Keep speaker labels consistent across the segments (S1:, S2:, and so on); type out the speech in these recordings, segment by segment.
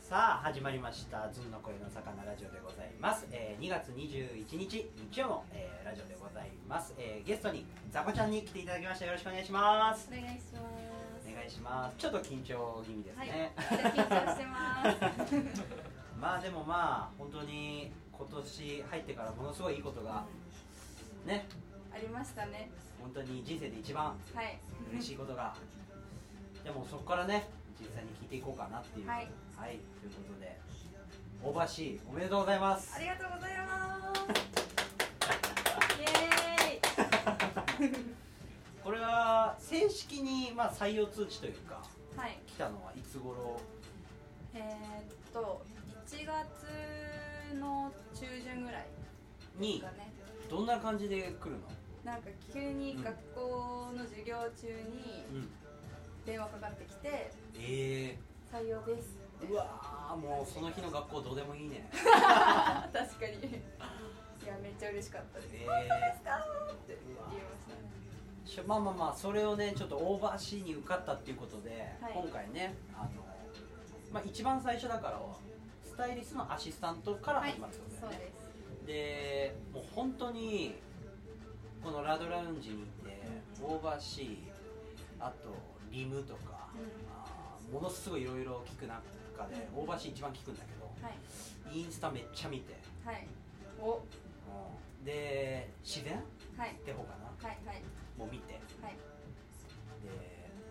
S1: さあ始まりました「ズンの声の魚ラジオ」でございます、えー2月21日日曜の、えーラジオでございます、えーゲストにザコちゃんに来ていただきましたよろしくお願いします
S2: お願いします。
S1: お願いしますちょっと緊張気味です
S2: はい、
S1: ね、
S2: 緊張してます。
S1: まあでもまあ本当に今年入ってからものすごいいいこと がね
S2: ありましたね。
S1: 本当に人生で一番
S2: はい。
S1: 嬉しいことがでもそこからね実際に聞いていこうかなっていう
S2: はい、
S1: ということで大橋おめでとうございます
S2: ありがとうございます。イエー
S1: これは正式にまあ採用通知というか
S2: イ。はい。
S1: 来たのはいつ頃
S2: えー、っと1月の中旬ぐらいです
S1: に
S2: かね。
S1: どんな感じで来るの、
S2: なんか急に学校の授業中に
S1: うん、
S2: 電話かかってきて
S1: え
S2: 採用ですって
S1: ー、う。わーもうその日の学校どうでもいい ね
S2: 確かに。いやめっちゃ嬉しかったです。
S1: え
S2: って言いましたね。
S1: ーしょまあまあまあそれをねちょっとオーバーシーに受かったっていうことで、
S2: はい
S1: 今回ねあの、まあ、一番最初だからスタイリストのアシスタントから
S2: はい
S1: 始まるってことだよ
S2: そう
S1: ね、
S2: です。
S1: でもう本当にこのラドラウンジにいてオーバーシーあとリムとか、
S2: うん
S1: あーものすごいいろいろ聞く中でオーバーシー一番聞くんだけど
S2: はい
S1: インスタめっちゃ見て、
S2: はい。お
S1: うんで自然っ
S2: はい
S1: て方かな
S2: はいはい
S1: もう見てで
S2: はい。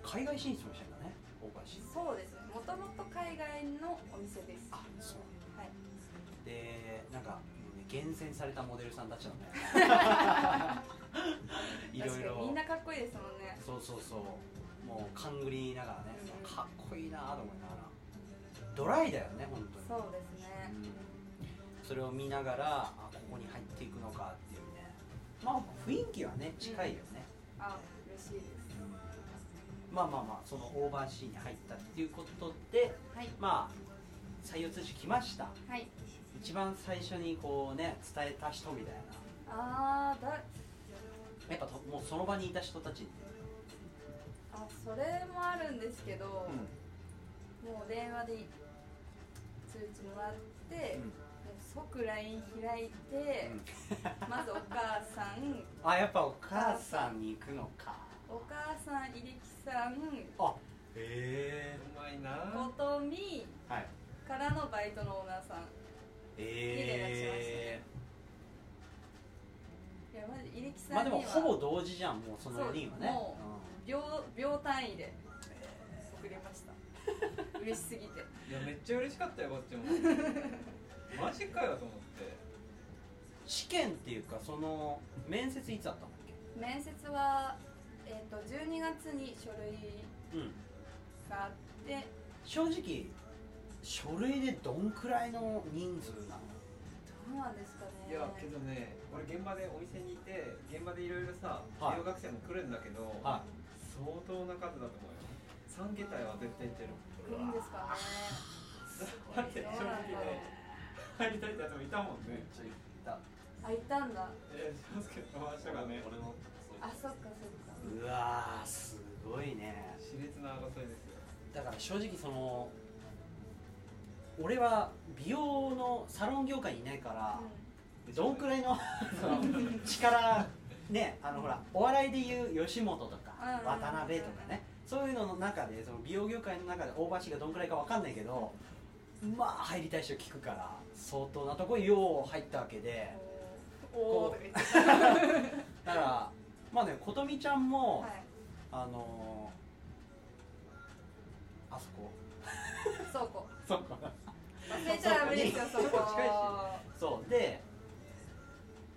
S1: 海外進出もしてんだねオーバーシー
S2: そうですね。もともと海外のお店です。
S1: あそう
S2: はい。
S1: でなんか厳選されたモデルさんた ちなんだよね いろい
S2: 確かにみ
S1: ろ
S2: んなかっこいいですもんね。
S1: そうそうそうもう勘繰りながらね
S2: うん
S1: かっこいいなと思いながらドライだよね本当
S2: そ
S1: に
S2: うですね。
S1: うんそれを見ながらあここに入っていくのかっていうねまあ雰囲気はね近いよね、
S2: あ、嬉しいです。
S1: まあまあまあそのオーバーシーに入ったっていうことで
S2: はい
S1: まあ採用通知来ました
S2: はい。
S1: 一番最初にこうね伝えた人みたいな
S2: あーだ
S1: やっぱともうその場にいた人たちって、
S2: あそれもあるんですけど、
S1: う
S2: もう電話で通知もらって、もう即 LINE 開いて、
S1: うん
S2: まずお母さん、
S1: あやっぱお母さんに行くのか
S2: お母さん入力さん、
S1: あへえ
S3: うまいな
S2: ことみ
S1: はい
S2: からのバイトのオーナーさん。
S1: え
S2: いやマジ入力
S1: えまあ
S2: さん
S1: で
S2: に
S1: も
S2: は、
S1: ほぼ同時じゃんもうその4人はね
S2: そう秒秒単位で送れました 嬉しすぎて
S3: いやめっちゃ嬉しかったよこっ ちもマジかよと思って
S1: うん試験っていうかその面接いつあったんだっ
S2: 面接は、えー、と12月に書類
S1: けうん
S2: があって
S1: 正直書類でどんくらいの人数なの
S2: どうなんですかね
S3: いやけどね俺現場でお店にいて現場でいろいろさ
S1: はい
S3: 留学生も来るんだけど、相当な数だと思うよ3桁は絶対いってる
S2: 来るんです かね
S3: だって正直ね入りたいってやつもいたもんね
S2: あいたんだ
S3: えー、翔介の話とかね俺の
S2: あそっかそっか
S1: うわーすごいね
S3: 熾烈な争いですよ
S1: だから正直その俺は美容のサロン業界にいないから、どんくらいの その力ねあのほらお笑いでいう吉本とか
S2: うん
S1: 渡辺とかねそういうのの中でその美容業界の中で大橋がどんくらいかわかんないけどまあ入りたい人聞くから相当なとこよう入ったわけで
S2: うん、おーおーとか言って
S1: だからまあね琴美ちゃんも、
S2: はい
S1: あのーあそこ
S2: そうこ
S1: そこ
S2: 忘れちゃダメですよそこ
S1: 近いしそうで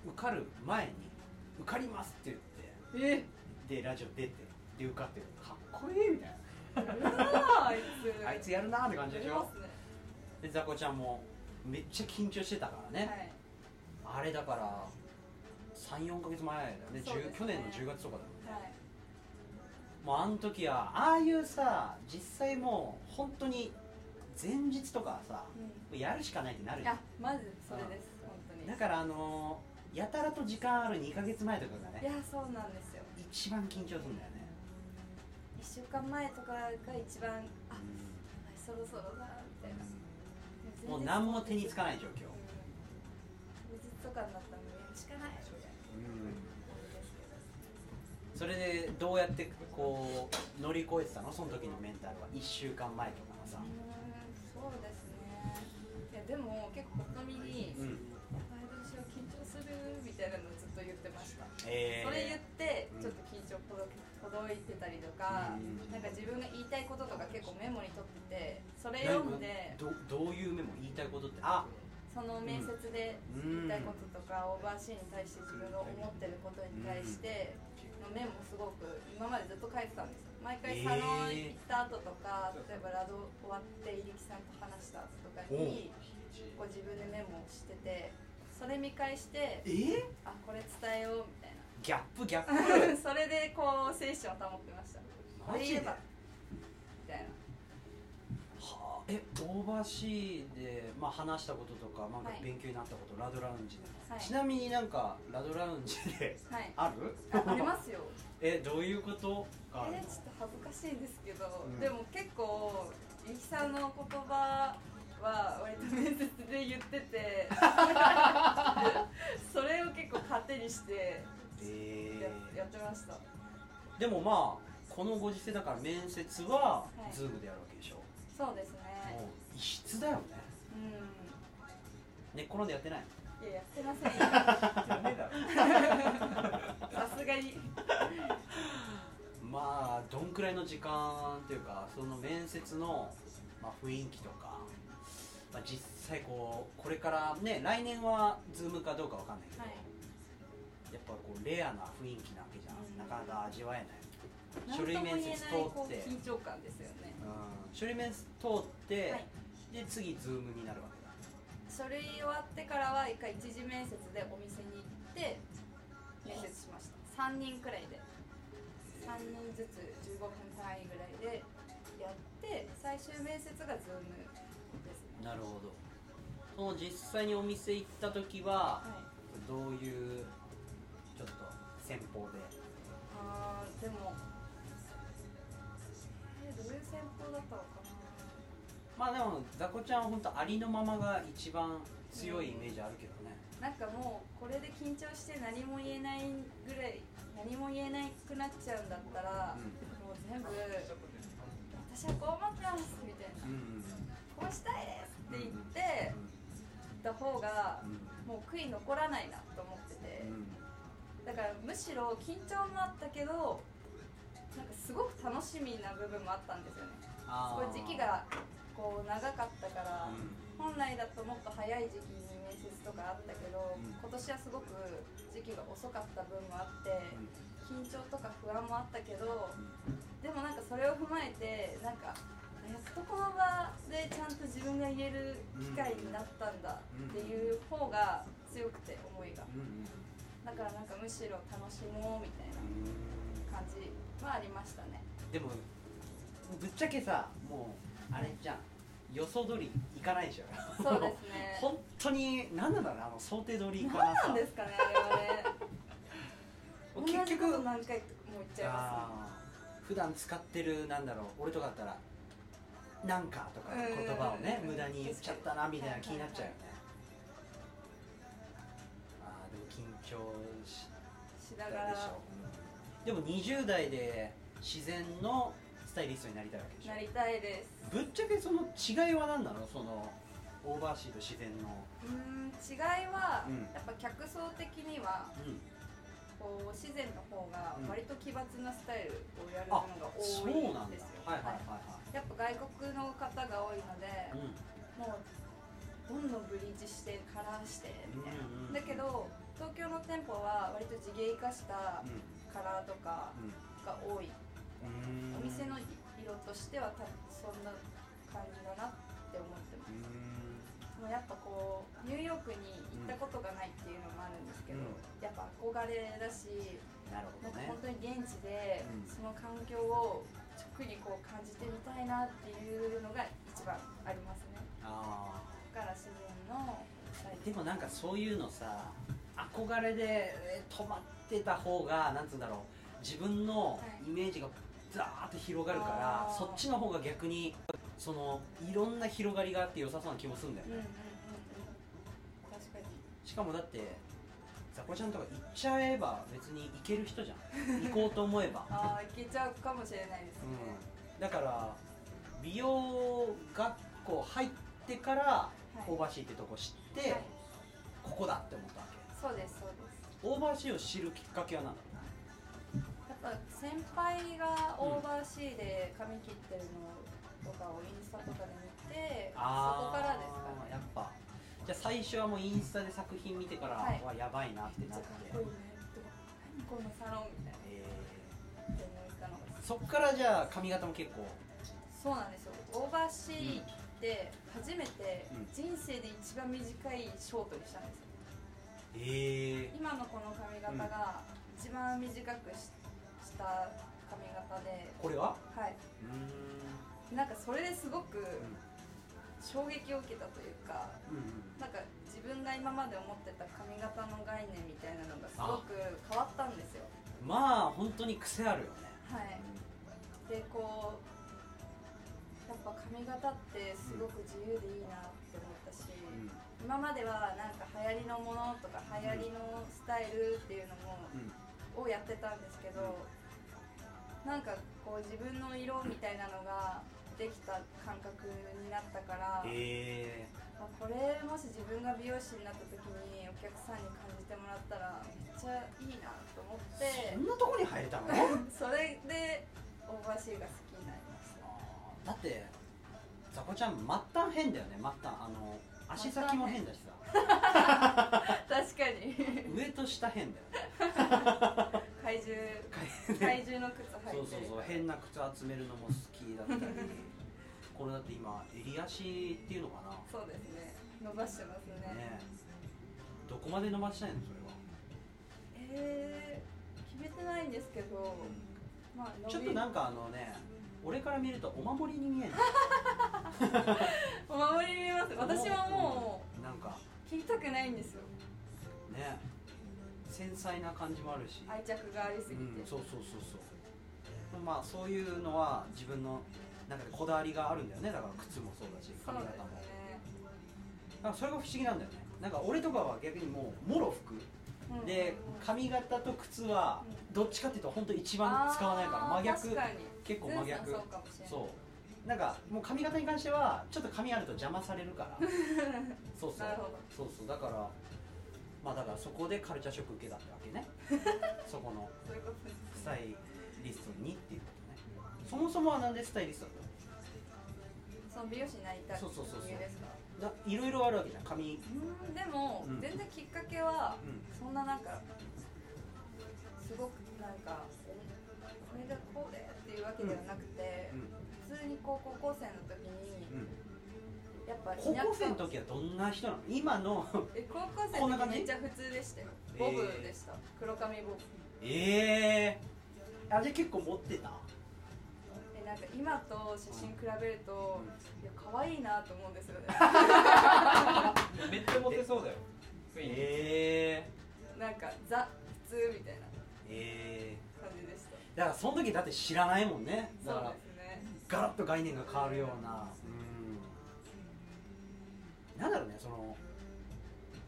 S1: 受かる前に「受かります」って言っ
S2: え
S1: てでラジオ出てで受かってるかっこいいみたい
S2: やるなああいつ
S1: なあいつやるなーって感じ
S2: や
S1: で
S2: り
S1: し
S2: ま
S1: ょ
S2: すね
S1: でザコちゃんもめっちゃ緊張してたからね、
S2: はい
S1: あれだから34か月前だよね
S2: そうです
S1: 10
S2: ね
S1: 去年の10月とかだよね、
S2: はい
S1: もうあの時はああいうさ実際もう本当に前日とかさ
S2: うん
S1: もうやるしかないってなる
S2: い
S1: じゃ
S2: や
S1: ん
S2: まずそれです本当に
S1: だからあのーやたらと時間ある2か月前とかが
S2: い
S1: ね
S2: やそうなんですよ
S1: 一番緊張するんだよね
S2: 1週間前とかが一番あそろそろだみたいな
S1: もう何も手につかない状況
S2: うん水とかになったらもうやるしかないみたいな感じですけど
S1: それでどうやってこう乗り越えてたのその時のメンタルは1週間前とかはさ
S2: うーんそうですねいやでも結構ほっとみに
S1: う
S2: 「
S1: ん
S2: あーどうしよう緊張する」みたいなのずっと言ってました
S1: え
S2: それ言って
S1: うん
S2: ちょっと緊張ほどほどいてたりとか
S1: うん
S2: なんか自分が言いたいこととか結構メモに取っててそれ
S1: 何
S2: 読んで
S1: どどういうメモ言いたいことってあ
S2: その面接で
S1: うん
S2: 言いたいこととかオーバーシーに対して自分が思ってることに対してのメモすごく今までずっと書いてたんですよ毎回サロン行った後とか例えばラド終わって入木さんと話した後とかにこう自分でメモをしててそれ見返して
S1: えー、
S2: あこれ伝えようみたいな。
S1: ギャップ ギャップ
S2: それでこう精神を保ってましたこ
S1: マ
S2: れ
S1: ジ
S2: 言え
S1: で
S2: ば
S1: は
S2: みたいな
S1: あえオーバーシーで、まあ、話したこととかなんか
S2: はい
S1: 勉強になったこと、ラドラウンジで、
S2: はい
S1: ちなみになんかラドラウンジで
S2: はい
S1: ある
S2: あありますよ
S1: えどういうこと
S2: え
S1: があるの
S2: ーちょっと恥ずかしいんですけど、
S3: うん
S2: でも結構ゆきさんの言葉は割と面接で言っ ててそれを結構糧にしてや
S1: えー
S2: やってました
S1: でもまあこのご時世だから面接は
S2: はい
S1: ズームでやるわけでしょ、
S2: そうです
S1: も
S2: ね
S1: う異質だよね
S2: う
S1: 寝っ転んでやってない
S2: んいややってませんよ
S3: ダメだ ろ
S2: さすがに
S1: まあどんくらいの時間というかその面接の、まあ、雰囲気とか、まあ、実際こうこれからね来年はズームかどうかわかんないけど、
S2: はい
S1: やっぱこうレアな雰囲気なわけじゃん、
S2: うん
S1: なかなか味わえない
S2: 何
S1: 書
S2: とも
S1: 類
S2: 言えな
S1: 面
S2: い
S1: 接通
S2: こ
S1: っ
S2: う
S1: て、
S2: 緊張感ですよね
S1: うん、書類面接通って、
S2: はい
S1: で次ズームになるわけだ
S2: 書類終わってからは一回一次面接でお店に行って面接しました3人くらいで3人ずつ15分単位ぐらいでやって最終面接がズームですね
S1: なるほどその実際にお店行った時は
S2: はい
S1: どういうちょっと戦法で
S2: あーでもえーどういう戦法だったのか
S1: まあでもザコちゃんは本当ありのままが一番強いイメージあるけどね、
S2: ななんかもうこれで緊張して何も言えないぐらい何も言えなくなっちゃうんだったら、もう全部私はこう思ってますみたいな
S1: うんうん
S2: こうしたいですって言ってた方がもう悔い残らないなと思っててだからむしろ緊張もあったけどなんかすごく楽しみな部分もあったんですよねすごい時期、がこう長かったか
S1: う
S2: ら
S1: ん
S2: 本来だともっと早い時期に面接とかあったけ
S1: う
S2: ど
S1: ん
S2: 今年はすごく時期が遅かった分もあって緊張とか不安もあったけどでもなんかそれを踏まえてなんかやっとこの場でちゃんと自分が言える機会になったんだっていう方が強くて思いが
S1: うんうんうん
S2: だからなんかむしろ楽しもうみたいな感じはありましたね
S1: でもぶっちゃけさもうあれじゃん予想通りいかないじゃん
S2: そうですね
S1: 本当に何なんだろうねあの想定通りいかな
S2: 何な
S1: さ
S2: んですかねあれはね同じ
S1: 結
S2: こと
S1: 局
S2: 何回も言っちゃいま
S1: あー普段使ってるなんだろう俺とかだったら「なんか」とかって言葉をね
S2: うん
S1: 無駄に言っちゃったなみたいな気になっちゃうよねあーでも緊張し
S2: すしな
S1: た
S2: が
S1: で
S2: ら
S1: しょでも20代で自然のスタイリストになりたいわけでしょ
S2: なりたいです
S1: ぶっちゃけその違いは何なのそのオーバーシーと自然の
S2: うーん違いは
S1: うん
S2: やっぱ客層的には
S1: うん
S2: こう自然の方が割と奇抜なスタイルをやるの
S1: あ
S2: が多
S1: そう
S2: い
S1: なん
S2: んで
S1: だ
S2: すよ
S1: はいはいは
S2: は
S1: いは
S2: いやっぱ外国の方が多いので、
S1: いうん
S2: もうどんどんブリーチしてカラーしてみたいな、
S1: うんうんうん
S2: だけど東京の店舗は割と地毛生かしたカラーとかが多い、
S1: うんうん
S2: お店の色としては多分そんな感じだなって思って
S1: う
S2: ま
S1: ん
S2: す、もうやっぱこうニューヨークに行ったことがないっていうのもあるんですけど、
S1: うん
S2: やっぱ憧れだし
S1: なるほど
S2: なんか
S1: ね
S2: 本当に現地で
S1: うん
S2: その環境を直にこう感じてみたいなっていうのが一番ありますね
S1: ああ
S2: だから自然の
S1: でもなんかそういうのさ憧れでえー止まってた方がなんつうんだろう自分の
S2: はい
S1: イメージがザーッと広がるから、
S2: あー
S1: そっちの方が逆にそのいろんな広がりがあって良さそうな気もするんだよ
S2: うんうんうんう
S1: ね
S2: ん、確かに
S1: しかもだってザコちゃんとか行っちゃえば別に行ける人じ ゃん行こうと思えば、
S2: ああいけちゃうかもしれないですね、
S1: うん、だから美容学校入ってから
S2: はい
S1: 大橋ってとこ知って、
S2: はい
S1: ここだって思ったわけ
S2: そうですそうです
S1: 大橋を知るきっかけは何だろ
S2: やっぱ先輩がオーバーシーで髪切ってるのとかをインスタとかで見てそこからですかね
S1: やっぱじゃあ最初はもうインスタで作品見てから
S2: はい
S1: はやばいなって
S2: めっち
S1: な
S2: ゃ
S1: っ
S2: か
S1: て、
S2: っこいいねとか何このサロンみたいな
S1: え
S2: って思ったのが
S1: ーそっからじゃあ髪型も結構
S2: そうなんですよオーバーシーって初めて
S1: うん
S2: 人生で一番短いショートにしたんですよ
S1: え
S2: 今のこの髪型が一番短くしした髪型で
S1: ー、これは
S2: は
S1: うーん
S2: いなんかそれですごく
S1: ん
S2: 衝撃を受けたというか
S1: うんうん
S2: なんか自分が今まで思ってた髪型の概念みたいなのがすごく変わったんですよ
S1: まあ本当に癖あるよね
S2: はいでこうやっぱ髪型ってすごく自由でいいなって思ったし、
S1: うん
S2: 今まではなんか流行りのものとか流行りのスタイルっていうのも、
S1: うん
S2: をやってたんですけどなんかこう自分の色みたいなのができた感覚になったから、
S1: え
S2: あこれもし自分が美容師になった時にお客さんに感じてもらったらめっちゃいいなと思っ
S1: ー、
S2: て
S1: そんなとこに入れ たの
S2: それでオーバーシーが好きになりました
S1: だってザコちゃん末端変だよね末端あの足先も変だしさ
S2: 確かに
S1: 上と下変だよ ね
S2: 怪獣怪獣の靴履いて
S1: そう
S2: る
S1: そうそう変な靴集めるのも好きだった りこれだって今襟足っていうのか
S2: そうですね伸ばしてます
S1: な
S2: ね
S1: ねどこまで伸ばしたいのそれは
S2: えー、決めてないんですけど、まあ伸び
S1: ちょっとなんかあのね俺から見るとお守りに見える
S2: お守り見えます 私はも
S1: うんなんか
S2: う切りたくないんですよ
S1: ね繊細な感じもあるし
S2: 愛着がありすぎて、
S1: うん、そうそうそうそうまあそういうのは自分のなんかこだわりがあるんだよねだから靴もそうだし
S2: そう
S1: 髪
S2: です
S1: 型も
S2: ね
S1: なんかそれが不思議なんだよねなんか俺とかは逆にもうもろ服
S2: うん
S1: で髪型と靴はどっちかっていうと本当一番使わないから真
S2: あー確
S1: 逆
S2: かに
S1: 結構真逆
S2: ズンさんそうかもしれない
S1: そうなんかもう髪型に関してはちょっと髪あると邪魔されるから そうそう
S2: なるほど
S1: そうそうだからまあだからそこでカルチャーショック受けたってわけ ねそこの
S2: そういうことです
S1: スタイリストにっていうことねそもそもはなんでスタイリストだっ
S2: その美容師になりたい
S1: そうそうそうそう
S2: 理由ですか
S1: たのだいろいろあるわけじゃん髪
S2: うんでも、
S1: うん
S2: 全然きっかけは
S1: う
S2: そんななんかすごくなんかこれがこうでっていうわけではなくて、
S1: ん
S2: 普通に高校生の時に、
S1: うんうん
S2: やっぱ
S1: 高校生の
S2: 田舎
S1: 時はどんな人なの今の
S2: え高校
S1: こんな
S2: 生の
S1: 感
S2: 時
S1: じ
S2: めっちゃ普通でしたよ
S1: えー
S2: ボブでした、黒髪ボブ
S1: ええあれ結構持ってた
S2: えなんか今と写真比べると、いや可愛いなと思うんです よね
S3: めっちゃモテそうだよ雰囲気
S1: ええ
S2: なんかザ普通みたいな
S1: ええ
S2: 感じでした
S1: だからその時だって知らないもんねだか
S2: そう
S1: ら
S2: ですね
S1: ガラッと概念が変わるようなうんなんだろうねその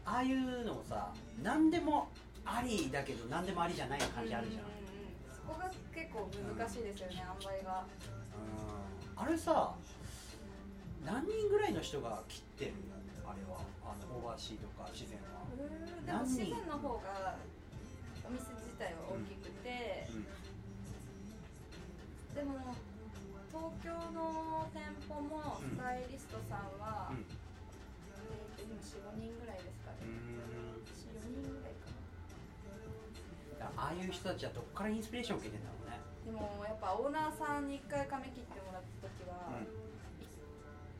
S1: ああいうのもさ何でもありだけど何でもありじゃない感じあるじゃん
S2: うんうんうんそこが結構難しいですよね、塩梅が
S1: うんあれさ何人ぐらいの人が切ってるのあれはあのオーバーシーとか自然は、
S2: うーんでも
S1: 何人
S2: 自然の方がお店自体は大きくて、でも東京の店舗もスタイリストさんは、
S1: うん
S2: えーと今45人ぐらいですかね
S1: うん
S2: 4人ぐらいかな
S1: だからああいう人たちはどっからインスピレーションを受けてんだろうね、
S2: でもやっぱオーナーさんに1回髪切ってもらった時は、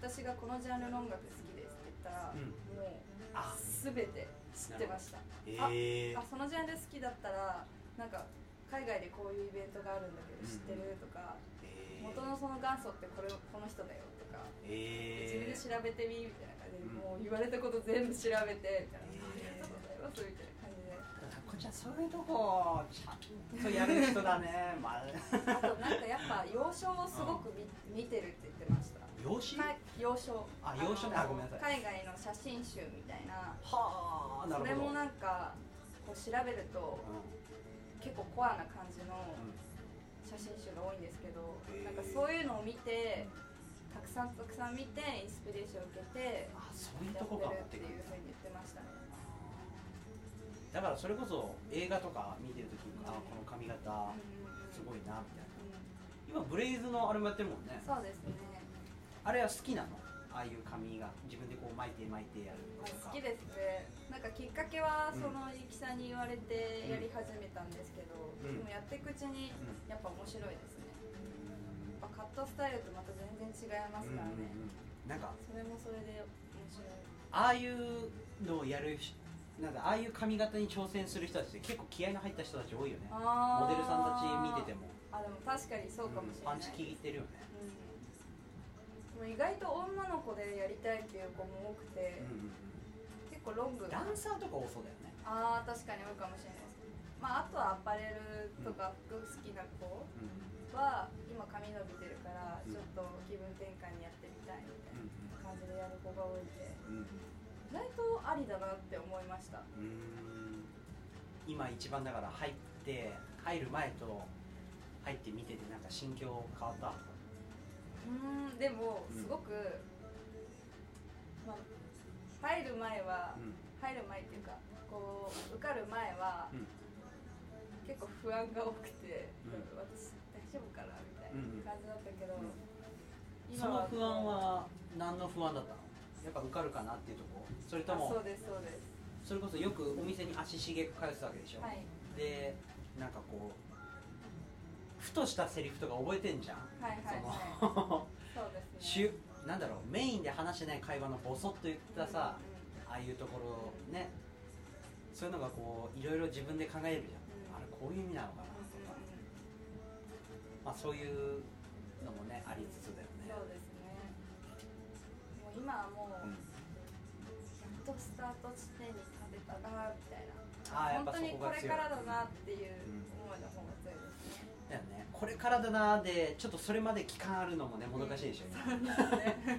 S2: 私がこのジャンルの音楽好きですって言ったら、
S1: うん
S2: もう
S1: あ
S2: 全て知ってましたあ
S1: ええ
S2: あそのジャンル好きだったらなんか海外でこういうイベントがあるんだけど知ってるとか、
S1: え
S2: 元のその元祖ってこれこの人だよとか、自分
S1: え
S2: で調べてみみたいな感じで、
S1: うん
S2: もう言われたこと全部調べてみたいな、
S1: えー
S2: ありがとう
S1: こち
S2: ございますみたいな感じで
S1: ゃんそういうとこちゃんとやる 人だねまあ
S2: あとなんかやっぱ幼少をすごく見見てるって言ってました
S1: 養子
S2: か洋書
S1: あ洋書ねあごめんなさ
S2: 海外の写真集みたいな
S1: はあなる
S2: そ
S1: ほど
S2: れもなんかこう調べると結構コアな感じの写真集が多いんですけど
S1: へー
S2: なんかそういうのを見てたくさんたくさん見てインスピレーションを受けて
S1: あそういう
S2: や
S1: と
S2: って
S1: こ
S2: る
S1: が持っ
S2: って
S1: て
S2: いう
S1: くる
S2: ふうに言ってましたね
S1: だからそれこそ映画とか見てるときにあこの髪型すごいなみたいな今
S2: う
S1: ブレイズのアルバムやってるもんね
S2: んそうですね
S1: あれは好きなのああいう髪が自分でこう巻いて巻いてやる
S2: ま
S1: と
S2: あ
S1: か
S2: 好きですねなんかきっかけは
S1: うん
S2: そのゆきさんに言われてやり始めたんですけど、
S1: うん
S2: でもやっていくうちに
S1: う
S2: やっぱ面白いですねやっぱカットスタイルとまた全然違います
S1: ん
S2: からね、
S1: うんうんうんなんか
S2: それもそれで面白い
S1: ああいうのをやる人なんかああいう髪型に挑戦する人たちって結構気合いの入った人たち多いよね
S2: あ
S1: モ
S2: ー
S1: デルさんたち見てても
S2: あでも確かにそうかもしれ
S1: パン
S2: ない、
S1: チ効いてるよね
S2: うん、でも意外と女の子でやりたいっていう子も多くて、結構ロング
S1: ダンサーとか多そうだよね
S2: ああ確かに多いかもしれないですまああとはアパレルとか服好きな子は今髪伸びてるか
S1: う
S2: ら
S1: ん
S2: ちょっと気分転換にやってみたいみたいな感じでやる子が多いんで意外とありだなって思いました
S1: うん今一番だから入って入る前と入って見ててなんか心境変わった
S2: うんでも
S1: うん
S2: すごく、まあ、入る前は
S1: うん
S2: 入る前っていうかこう受かる前は
S1: うん
S2: 結構不安が多くて、
S1: うん
S2: 私大丈夫かなみたい
S1: うんうん
S2: な感じだったけど、
S1: うんそ
S2: 今
S1: の
S2: は
S1: 不安は何の不安だったのやっぱ受かるかなっていうとこそれと
S2: あそ
S1: も
S2: うですそうです
S1: それこそよくお店に足しげく通ってたわけでしょ、
S2: はい
S1: でなんかこうふとしたセリフとか覚えてんじゃん、
S2: はいは
S1: そ
S2: いはい
S1: の
S2: そうですね
S1: 主なんだろうメインで話してない会話のボソッと言ったさ
S2: うんうん
S1: ああいうところねそういうのがこういろいろ自分で考えるじゃん、
S2: う
S1: あ
S2: ん
S1: れこういう意味なのかなとか、
S2: う
S1: まあ、そういうのもねありつつだよ
S2: んうんそう
S1: ね
S2: ですねもう今はもう、
S1: うん
S2: やっとスタート地点に立てたなみたいな
S1: ああやっ
S2: 本
S1: ぱ
S2: 当
S1: そ
S2: に
S1: こ
S2: こ
S1: が
S2: れ
S1: 強い
S2: からだなっていう
S1: うん
S2: 思いの方が強いですね、
S1: だよねこれからだなーでちょっとそれまで期間あるのもねもどかしいでしょ、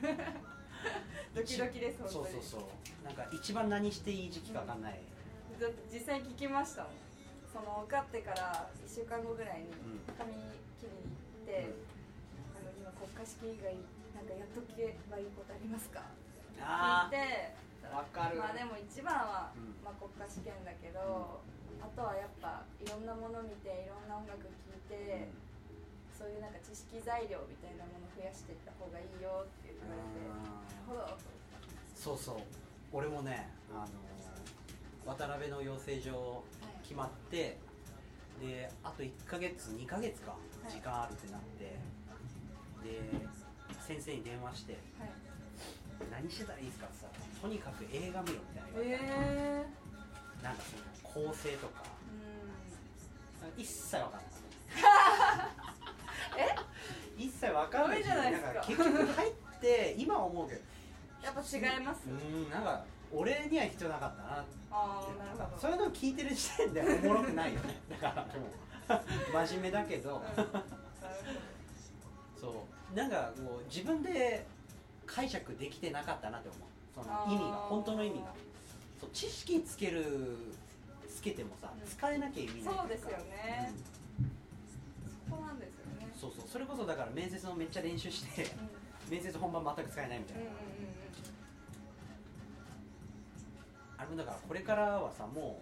S2: ドキドキです
S1: そう
S2: 本当
S1: そう
S2: に
S1: そうなんか一番何していい時期か分かんない、
S2: だって実際聞きましたもんその受かってから1週間後ぐらいに
S1: ん
S2: 髪切りに行って、あの今国家試験以外なんかやっとけばいいことありますか聞
S1: あ
S2: いて
S1: あわかる
S2: まあでも一番は、
S1: うん
S2: まあ、国家試験だけど、あとはやっぱいろんなもの見ていろんな音楽聴
S1: う
S2: い
S1: ん
S2: て、そういうなんか知識材料みたいなもの増やしていった方がいいよって言われて、なるほど
S1: そうそう俺もねあの渡辺の養成所決まってであと1ヶ月2ヶ月か
S2: い
S1: 時間あるってなってで先生に電話して
S2: はい
S1: 「何してたらいいですか?」ってさとにかく映画見ろ」みたいな言われた
S2: ええ
S1: なんかその構成とか一切わかん ないえ一切わかんないし
S2: ダメじゃないですか
S1: ん結局入って今思うけど
S2: やっぱ違います
S1: うんなんか俺には必要なかったなって
S2: ああなる
S1: なん
S2: ほ
S1: か
S2: ど
S1: そういうのを聞いてる時点でおもろくないよねだからもう真面目だけど、
S2: うんなるほど
S1: そうなんかもう自分で解釈できてなかったなって思うその意味が
S2: あー
S1: 本当の意味がそう知識つけるつけてもさ、
S2: うん
S1: 使えなきゃ意味ない
S2: そう
S1: とい
S2: です
S1: か
S2: よね
S1: う、ん
S2: そこなんですよね
S1: そうそうそれこそだから面接のめっちゃ練習して
S2: うん
S1: 面接本番全く使えないみたい
S2: うん
S1: な、
S2: うんうん
S1: あれもだからこれからはさも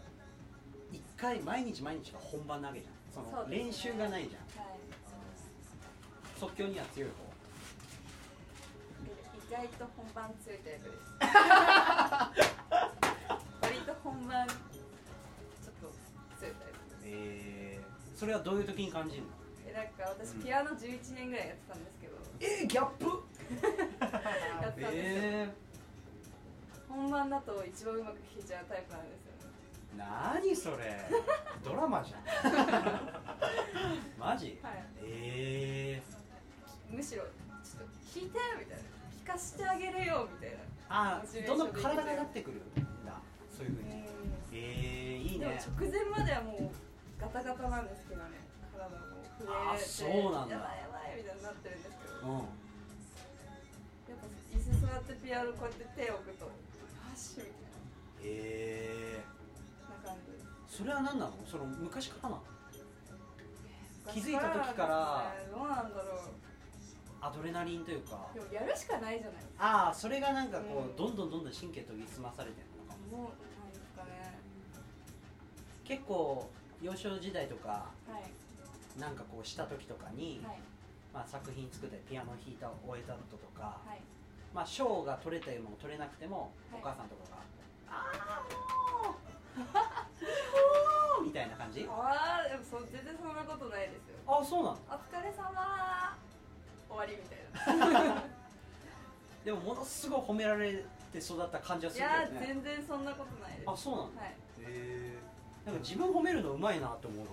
S1: う一回毎日毎日が本番なわけじゃんその
S2: そうですね
S1: 練習がないじゃん
S2: はい
S1: 即興には強い方
S2: 意外と本番強いタイプです 割と本番ちょっと強いタイプ
S1: えー、それはどういう時に感じるの
S2: えなんか私ピアノ11年ぐらいやってたんですけど、
S1: えー、ギャップ
S2: やってたんですよ、
S1: え
S2: 本番だと一番うまく弾いちゃうタイプなんですよね
S1: ー、なに それドラマじゃんマジ
S2: はい
S1: えー、
S2: むしろちょっと弾いてみたいな弾かしてあげるよみたいな
S1: あ
S2: モチベー
S1: ー
S2: ショ
S1: ど
S2: ン
S1: んどん体がなってくるんだそういうふうにえー、いい
S2: でも
S1: ね
S2: 直前まではもうガタガタなんですけどね体もう
S1: あ
S2: 震えて
S1: そうなんだ
S2: やばいやばいみたいになってるんですけど
S1: うん
S2: 座ってピアノこうやって手を置くとハッシュみたい
S1: え
S2: な感じ
S1: それは何なのその昔からなの気
S2: 昔
S1: づいた時から
S2: なんですねどうなんだろ
S1: アドレナリンというか
S2: うでもやるしかないじゃない
S1: ああそれがなんかこう、
S2: うん
S1: どんどんどんどん神経研ぎ澄まされてるのか
S2: もうなんですかね
S1: 結構幼少時代とか
S2: はい
S1: なんかこうした時とかに、
S2: はい
S1: まあ、作品作ってピアノ弾いた終えたととか、
S2: はい
S1: まあ賞が取れたよも取れなくても、
S2: はい
S1: お母さんとかが「ああもうもう みたいな感じ
S2: ああでもそう全然そんなことないですよ
S1: あそうなの
S2: お疲れ様終わりみたいな
S1: でもものすごい褒められて育った感じはいする
S2: や
S1: けどね
S2: 全然そんなことないです
S1: あそうなの
S2: はい
S1: へえなんか自分褒めるのうまいなって思うか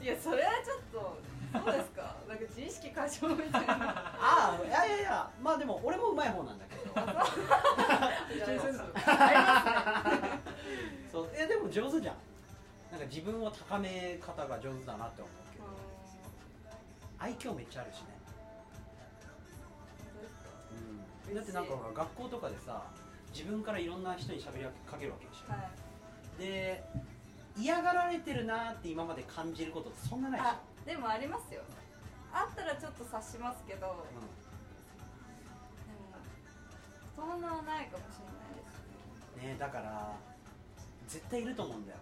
S1: ら
S2: いやそれはちょっとそうですかなんか自意識過剰みた いな
S1: ああいやいやいやまあでも俺もうまい方なんだけど
S2: いやいや
S3: 否定すんな
S2: ありますね
S1: そういやでも上手じゃんなんか自分を高め方が上手だなって思うけど愛嬌めっちゃあるしね、うん、だってなんかほら学校とかでさ自分からいろんな人に喋りかけるわけでしょ、
S2: はい
S1: で嫌がられてるなーって今まで感じることってそんなないでしょ
S2: あでもありますよあったらちょっと察しますけどでもそんなはないかもしれないです
S1: うんねだから絶対いると思うんだよ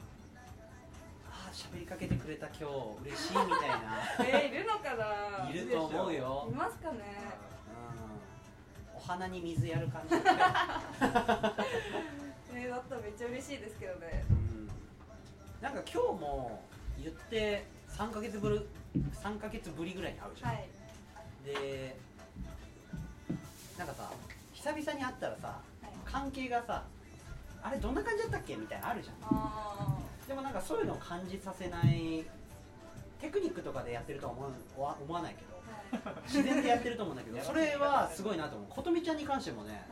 S1: ああ喋りかけてくれた今日嬉しいみたいな
S2: えーいるのかない
S1: ると思うよ
S2: いますかね
S1: うんお花に水やる感じ、
S2: えーだったらめっちゃ嬉しいですけどね
S1: うんなんか今日も言って3ヶ月ぶり3ヶ月ぶりぐらいに会うじゃん、
S2: はい
S1: でなんかさ久々に会ったらさ
S2: はい
S1: 関係がさあれどんな感じだったっけみたいなのあるじゃん
S2: あ
S1: でもなんかそういうのを感じさせないテクニックとかでやってるとは思う思思わないけ ど
S2: あはいは
S1: 自然でやってると思うんだけど
S3: やば
S1: そ
S3: い
S1: れはすごいなと思う琴美ちゃんに関してもね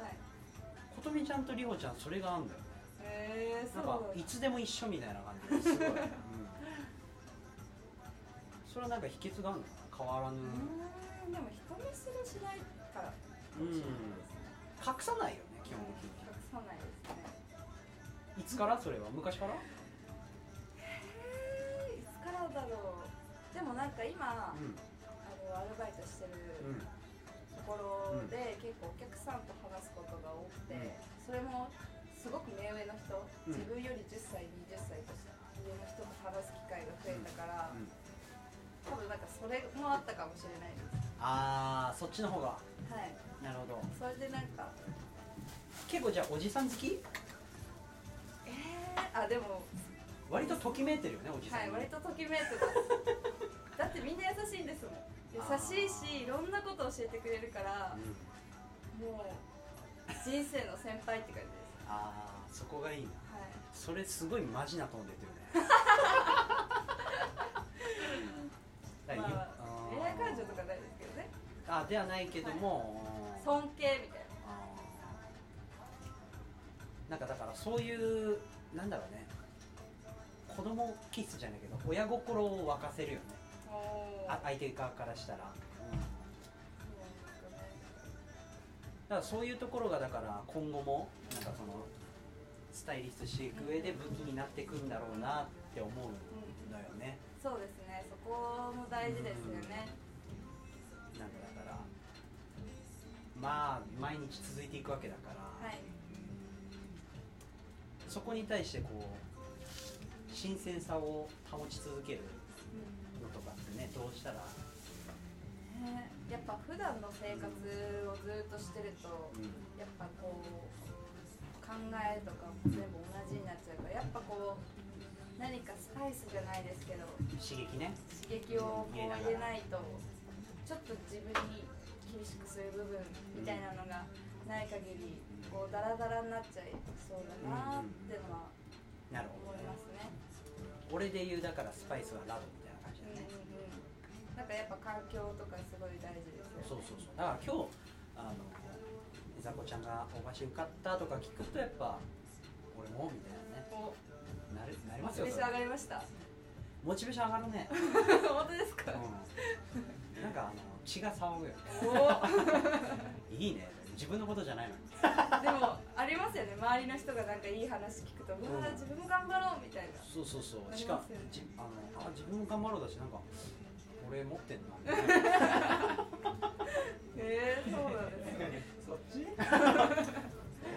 S2: い
S1: 琴美ちゃんとりほちゃんそれがあるんだよ
S2: えー
S1: な
S2: そ
S1: ん
S2: う
S1: かいつでも一緒みたいな感じ ですごい、うん、それはなんか秘訣があるのかな変わらぬ
S2: うーんでも人見知りしないから
S1: うん隠さないよね基
S2: 基
S1: 本的
S2: 本隠さないで
S1: にい
S2: すね
S1: つからそれは昔から
S2: えーいつからだろうでもなんか今、
S1: うん
S2: あのアルバイトして
S1: う
S2: る
S1: ん
S2: ところで、結構お客さんと話すことが多くて、
S1: うん
S2: それもすごく目上の人、
S1: うん
S2: 自分より10歳20歳と上の人と話す機会が増えたから、
S1: うん
S2: 多分なんかそれもあったかもしれないです
S1: あーそっちの方が
S2: はい
S1: なるほど
S2: それでなんか
S1: 結構じゃあおじさん好き
S2: えー、あでも
S1: 割とときめいてるよねおじさん
S2: は
S1: ね、
S2: い、割とときめいてます。 だってみんな優しいんですもん。優しいし、いろんなことを教えてくれるから
S1: う、ん
S2: もう人生の先輩って感じです。
S1: あーそこがいいな
S2: はい。
S1: それすごいマジなトーンで言ってるねだから
S2: まあ恋愛
S1: あー
S2: 感情とかないですけどね。
S1: あではないけども、うん
S2: 尊敬みたい
S1: な
S2: な。
S1: んかだからそういうなんだろうね子供キスじゃないけど親心を沸かせるよね
S2: おー
S1: あ相手側からしたら、
S2: そうなんですかね
S1: だからそういうところがだから今後もなんかそのスタイリストしていく上で武器になっていくんだろうなって思うのよね
S2: そうですね。そこも大事ですよね。
S1: なんかだからまあ毎日続いていくわけだから、
S2: はい。
S1: そこに対してこう新鮮さを保ち続けるのとかってねどうしたら、
S2: ねやっぱ普段の生活をずっとしてると、やっぱこう考えとかも全部同じになっちゃうからやっぱこう何かスパイスじゃないですけど
S1: 刺激ね
S2: 刺激をこう入れないとちょっと自分に厳しくする部分みたいなのがない限りこうダラダラになっちゃいそうだなってのは
S1: なるほ
S2: 思
S1: どね
S2: いますね。
S1: 俺で言うだからスパイスはラドみたいな感じだ
S2: うんうん
S1: ね、
S2: うん、なんかやっぱ環境とかすごい大事ですよね。
S1: そうそうそうだから今日あのいざこちゃんがおばし受かったとか聞くとやっぱ俺もみたいなね
S2: お
S1: なるなりますよ
S2: 召
S1: そ
S2: し
S1: れ
S2: 上がりました。
S1: モチベーション上がる ね、
S2: 本当ですか。
S1: うん、なんかあの血が騒ぐよね
S2: おー
S1: いいね自分のことじゃないのに
S2: でもありますよね周りの人がなんかいい話聞くと、うわー自分も頑張ろうみたいな
S1: そうそうそう
S2: ありますよ
S1: しか
S2: ね
S1: もじあのあ自分も頑張ろうだしなんか俺持ってんな
S2: えー、そうなんですね
S3: そっ ち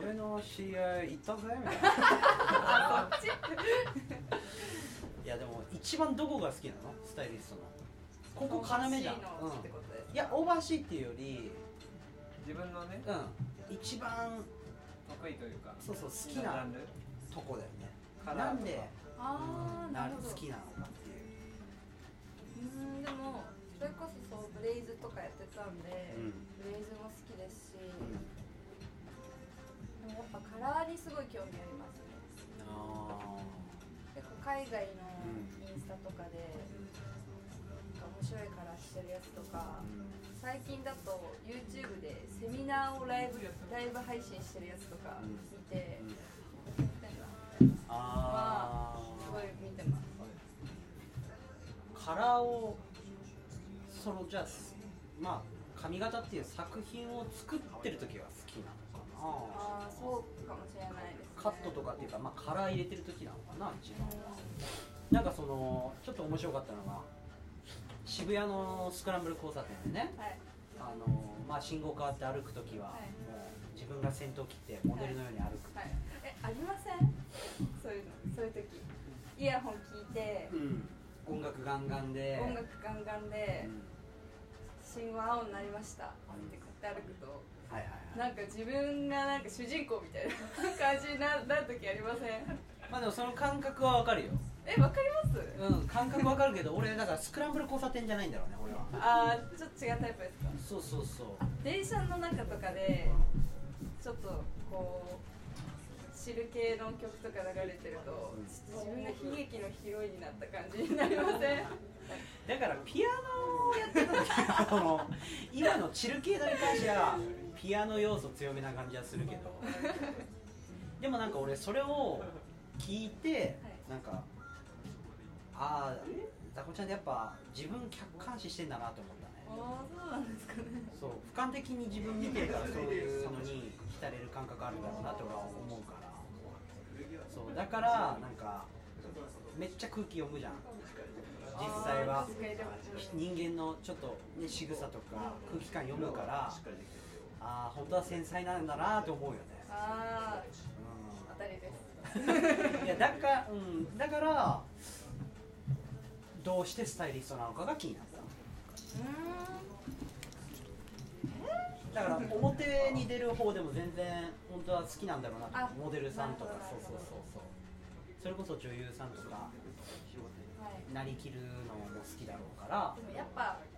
S1: 俺の知り合い行ったぜみたいな
S2: あそっち
S1: いやでも一番どこが好きなのスタイリストのここ要じゃん、
S2: 欲しいのってことです
S1: いやオーバーシーっていうより
S3: 自分のね
S1: うん一番
S3: 得意というか
S1: そうそう好き
S3: ジャ
S1: な
S3: ンル
S1: とこだよね
S3: カ
S1: な
S3: ラーとか
S1: んで
S2: あ
S1: う
S2: ー
S1: ん
S2: なるほど
S1: 好きなのかっていう
S2: うんでもそれこそそうブレイズとかやってたんで、
S1: うん
S2: ブレイズも好きですし、
S1: うん
S2: でもやっぱカラーにすごい興味ありますね
S1: あ
S2: 結構海外の
S1: うん
S2: インスタとかで、なんか面白いカラーしてるやつとか、
S1: ーうん
S2: 最近だと YouTube でセミナーをライブライブ配信してるやつとか
S1: うん
S2: 見て、
S1: うん
S2: なんか
S1: あ
S2: すごい見てます
S1: ーカラーをそのじゃあまあ髪型っていう作品を作ってる時は好きなのかな
S2: ああそうかもしれないです、ね、
S1: カットとかっていうか、まあ、カラー入れてる時なのかな一
S2: うん
S1: 番なんかそのちょっと面白かったのが渋谷のスクランブル交差点でね
S2: はい
S1: あの、まあ、信号変わって歩く時は、
S2: はい
S1: もう自分が先頭切ってモデルのように歩く、
S2: はいえありませんそういうのそういう時イヤホン聞いて
S1: うん音楽ガンガンで
S2: 音楽ガンガンで
S1: うん
S2: 信号青になりましたって買って歩くと
S1: はいはいはい
S2: なんか自分がなんか主人公みたいな 感じにななる時ありません
S1: まあでもその感覚はわかるよ
S2: えわかります、
S1: うん感覚わかるけど俺だからスクランブル交差点じゃないんだろうね俺は
S2: ああちょっと違うタイプですか
S1: そうそうそう
S2: 電車の中とかでちょっとこう汁系の曲とか流れてるとちょっと自分が悲劇のヒロインになった感じになりません
S1: だからピアノをやってた時その今のチル系のに関してはピアノ要素強めな感じはするけどでもなんか俺それを聞いてなんかああザコちゃんってやっぱ自分客観視してんだなと思ったね
S2: ああそうなんですかね
S1: そう俯瞰的に自分見てるからそういうのに浸れる感覚あるんだろうなとは思うからそうだからなんかめっちゃ空気読むじゃん実際
S2: あー
S1: は
S2: 確かにでも
S1: 人間のちょっとね仕草とか空気感読むからああ本当は繊細なんだなと思うよね、
S2: ああ当たりです
S1: うん、いやだから、うん、だからどうしてスタイリストなのかが気になった
S2: うー
S1: だから表に出る方でも全然本当は好きなんだろうな
S2: あ
S1: とモデルさんとか
S2: なるほ
S1: そうそ
S2: ど
S1: うそうそうそれこそ女優さんとか
S2: んはい
S1: なりきるのも好きだろうから
S2: でもやっぱそ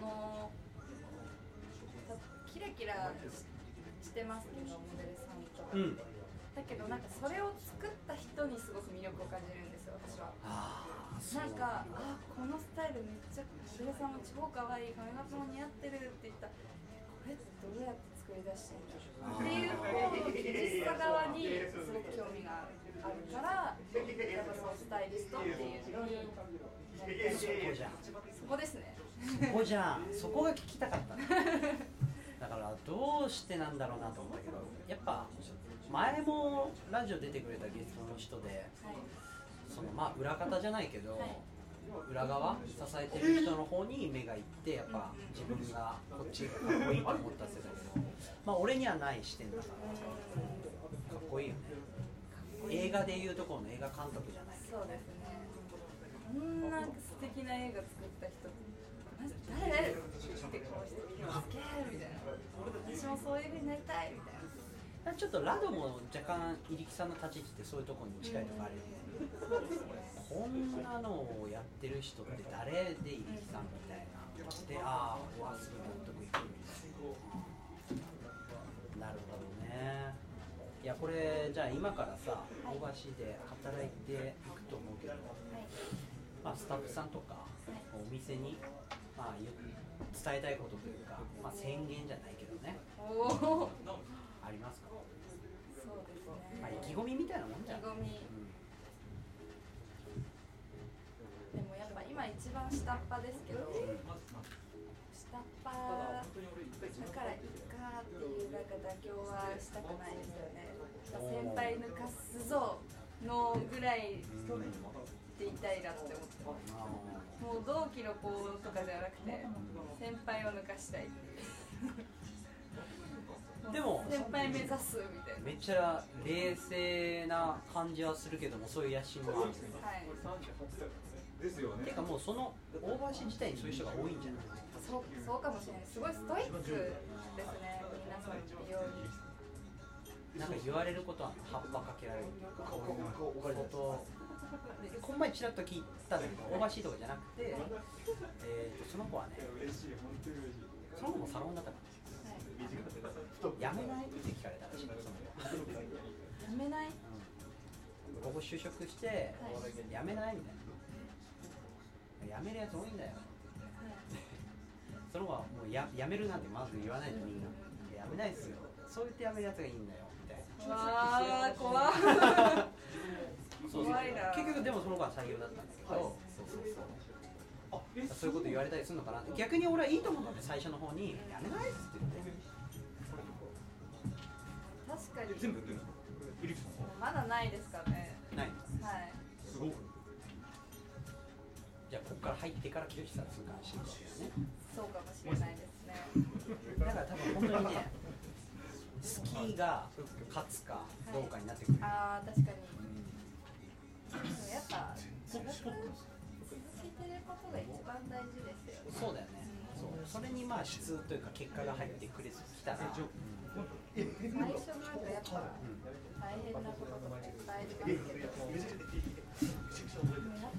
S2: のたキラキラししてますけどモデルさんとかって、
S1: うん
S2: だけどなんかそれを作った人にすごく魅力を感じるんですよ私は
S1: ああそう
S2: なんかあこのスタイルめっちゃモデルさんも超可愛い髪型も似合ってるって言ったこれってどうやって作り出してんだ
S1: あー
S2: っていうこう技術さ側にすごく興味があるからやっぱそのスタイリストっていうのになりたい
S1: そこじゃん
S2: そこですね
S1: そこじゃんそこが聞きたかったのだからどうしてなんだろうなと思ったけどやっぱ前もラジオ出てくれたゲストの人で
S2: はい
S1: そのまあ裏方じゃないけど、
S2: はい
S1: 裏側支えてる人の方に目がいってやっぱ自分がこっちがかっこいいと思ったせいだけどまあ俺にはない視点だからかっこいいよね映画でいうところの映画監督じゃないけど
S2: そうですね。こんな素敵な映画作った人、マジ誰って顔して、すげえみたいな。私もそういう風になりたいみたいな。
S1: ちょっとラドも若干入木さんの立ち位置ってそういうところに近いとこあるよねこんなのをやってる人って誰で入木さんみたいなでああここはすごい納得いくみたいななるほどねいやこれじゃあ今からさ大橋で働いていくと思うけど、
S2: はい。
S1: まあ、スタッフさんとかお店に、まあ、言う伝えたいことというか、まあ、宣言じゃないけどね
S2: おお。
S1: ありますか、
S2: そうですね。
S1: まあ、意気込みみたいなもんじゃ
S2: 意
S1: ん、
S2: 気込み。
S1: う
S2: でもやっぱ今一番下っ端ですけど、下っ端だからいいかっていうラく妥協はしたくないですよね先輩抜かすぞのぐらい
S1: 去年
S2: でいたいなって思ってますもう同期の子とかじゃなくて先輩を抜かしたいっていう
S1: でも
S2: 先輩目指すみたいな
S1: めっちゃ冷静な感じはするけどもそういう野心はある
S2: はい
S3: ですよ
S1: て
S3: ね
S1: かもうそのオーバーシー自体にそういう人が多いんじゃない
S2: そうそうかもしれないすごいストイックですね皆さん美容に
S1: なんか言われることは葉っぱかけられるとかことでこの前ちらっと聞いたんだけどオーバーシーとかじゃなくて、えーとその子はね
S3: 嬉しい本当に嬉しい
S1: その子もサロンだったから
S2: はい
S1: やめないって聞かれたらしいのその子
S2: やめない
S1: うんここ就職して辞めないみたいな辞めるやつ多いんだよその子はもうや辞めるなんてまず言わないとみんな辞めないっすよそう言って辞めるやつがいいんだよみたいな
S2: わあ怖い怖いな
S1: 結局でもその子は採用だったんだけど、そうそうそう
S3: あえ
S1: そういうこと言われたりするのかなって逆に俺はいいと思うんだよね最初の方に「やめない」っつって言って
S2: 確か
S3: 全
S2: に
S3: 部売ってるんですかエリクソン
S2: まだないですからね
S1: ない
S2: はい
S3: すごい
S1: じゃあここから入ってから清志さんするかもしれないよね
S2: そうかもしれないですね
S1: だから多分本当にねスキーが勝つかどうかになってくる、
S2: あー確かにでもやっぱ続く続けてることが一番大事ですよね
S1: そうだよねそうそれにまあ質というか結果が入ってくれきたら、
S2: 最初なんかやっぱ大変なこととかいっぱいありますけどやっ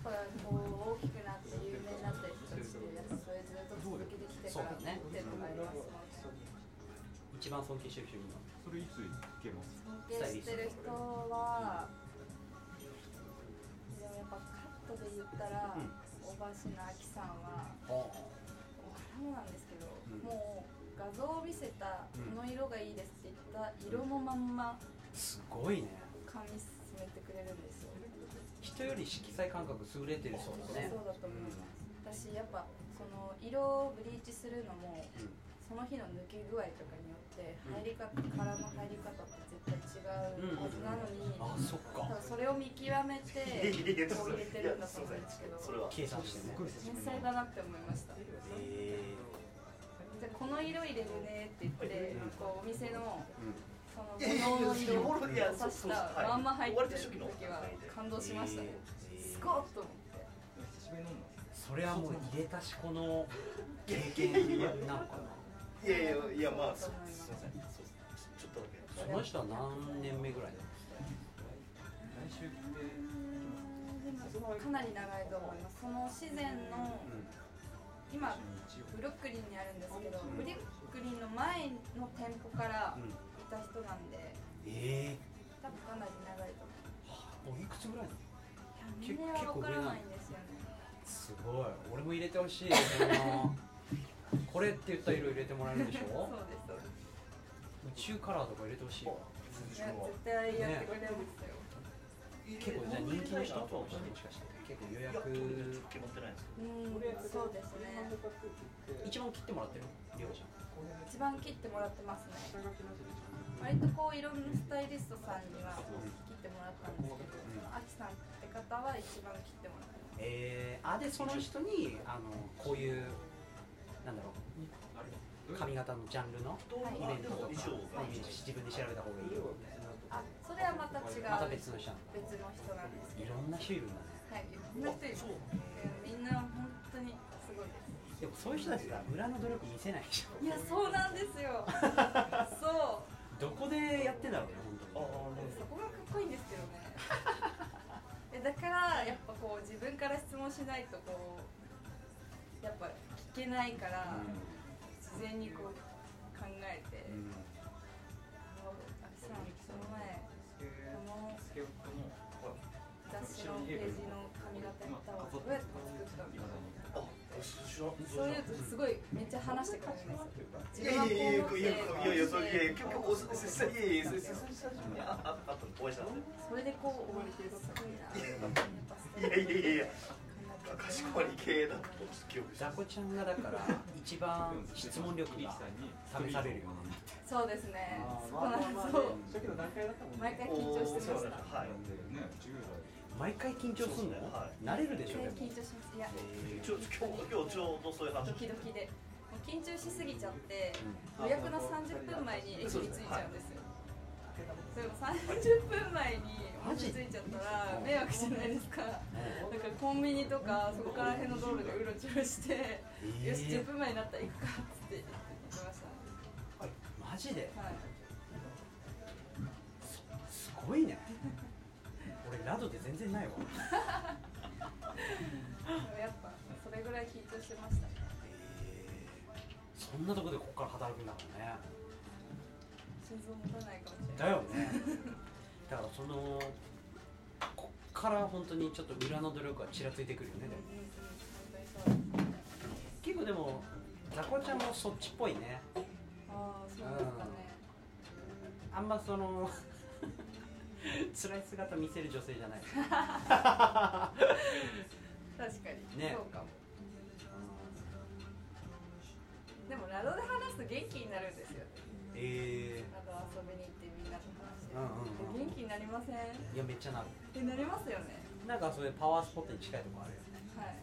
S2: ぱこう大きくなって有名になったりとかしてやっぱそれずっと続けてきてからっていうのがありますもんね
S1: 一番尊敬してる人いるの
S3: それいつ行けます
S2: 尊敬してる人はでもやっぱカットで言ったら
S1: うん
S2: 大橋のあきさんはもなんですけど、
S1: ん
S2: もう画像を見せた
S1: うん
S2: この色がいいですって言った色のまんます
S1: ごいね
S2: 髪進めてくれるんですよ、
S1: 人より色彩感覚優れてるそうだね
S2: そうだと思います、私やっぱその色をブリーチするのもその日の抜け具合とかによって入り方、殻の入り方って絶対違うはずなのに、
S1: うん、あそっ
S2: 多
S1: か
S2: 分それを見極めてこう入れてるんだと思うんですけど
S1: 計算してね
S2: 天才だなって思いました
S1: え
S2: でこの色入れるねって言ってこうお店の
S1: えうん
S2: その土の色を刺したまんま入ってる時は感動しましたねすごっと思って
S3: 久しぶりに飲んだ
S1: それはもう入れたしこの経験なのかない
S4: やいやいやまあそうすいませんそうちょっとだけ
S1: その人は何年目ぐらいだ
S3: 来週来て
S2: でもかなり長いと思いますその自然の今ブロックリンにあるんですけどブロックリンの前の店舗から
S1: うん、うん、
S2: いた人なんで
S1: ええ
S2: 多分かなり長いと思う
S1: おいくつぐらいなの
S2: いや年齢は分からないんですよね
S1: すごい俺も入れてほ しいそのこれって言った色入れてもらえるんでし
S2: そう
S1: ょ
S2: ですそうで
S1: 宇宙カラーとか入れてほしいわ
S2: すいや絶対やってくれるんですよ、
S1: 結構じゃあ人気の人とかもしかして結構予
S4: いや特
S1: 約
S4: にちょっと決まってないんです
S2: うんそうですね
S1: 一番切ってもらってるりょうちゃん
S2: 一番切ってもらってますね割とこういろんなスタイリストさんには切ってもらったんですけどあきさんって方は一番切ってもらってます
S1: えー、あでその人にあのこういうなんだろう髪型のジャンルの
S4: けど
S2: はい
S1: イ
S4: まあ
S1: ベン
S4: で
S1: ト
S4: も
S1: とか
S4: 衣装が
S1: イメージ自分で調べた方がいいよみたいな
S2: あそれはまた違う
S1: また別の人なんだ
S2: 別の人なんですけ
S1: い
S2: ど
S1: ろんな種類いるんだね
S2: はいいろんな人いるうんみんな本当にすごいです
S1: でもそういう人たちが裏の努力見せないでしょ
S2: いやそうなんです よそう
S1: どこでやってんだろうね
S4: あ
S1: 本
S4: あね
S2: そこがかっこいいんですけど ねえだからやっぱこう自分から質問しないとこうやっぱ聞けないから、事前にこう考えて、
S1: 当にうん
S2: あのあきさんその前この
S3: スケートの
S2: 雑誌のページの髪型やったわどうやって作ったんだろう
S4: あ知らん知
S2: そうい
S4: らな
S2: うとすごいめっちゃ話してくれるんですよ
S4: いやいやいやいやいやいやいやそれいやいや今日今日おせせせいやいやせせせ最初にあああったのお会いしたんで
S2: それでこう終わりてすごいなやっぱ
S4: いやいやいやいや
S2: そんな感
S4: かしこまり系だと記憶して
S1: ザ
S4: ま
S1: コ
S4: す
S1: ちゃんがだから一番質問力が試されるようになって
S2: そうですね
S1: あー
S2: そうなんです
S1: まあまあまあ
S2: そう
S3: 初期の段階だったもん
S2: 毎
S3: ね
S2: 回緊張してました
S4: おーそうだったはい
S5: ね10代
S1: 毎回緊張すんの、
S4: は
S1: 慣れるでしょでも、
S2: 毎回緊張しますいや
S1: え
S4: ちょ今日今日ちょうどそういう話
S2: ドキドキでもう緊張しすぎちゃって予約の30分前に駅に着いちゃうんですよでも30分前に
S1: マ
S2: 駅
S1: ジ
S2: に着いちゃったら迷惑じゃないですかなんかコンビニとかそこから辺の道路でうろちょろして
S1: え
S2: よし10分前になったら行くかっつって行きました
S1: マジで
S2: はい
S1: すごいね俺ラドで全然ないわ
S2: でもやっぱそれぐらい緊張してました
S1: そんなとこでここから働くんだもんね
S2: 心臓持たないかもしれない
S1: だよねだからそのこっから本当にちょっと裏の努力がちらついてくるよね
S2: うんうん本当にそうです
S1: 結構でもザコちゃんもそっちっぽいね
S2: ああそうですかね
S1: あんまその 辛い姿見せる女性じゃない
S2: 確かに、
S1: ね
S2: そうかもでもラドで話すと元気になるんですよ
S1: え
S2: ラド遊びに行ってみんなと話して、
S1: うんうんうん
S2: 元気になりませんえ
S1: ー、いやめっちゃなる
S2: なりますよね
S1: なんかそれパワースポットに近いとこあるよね
S2: はい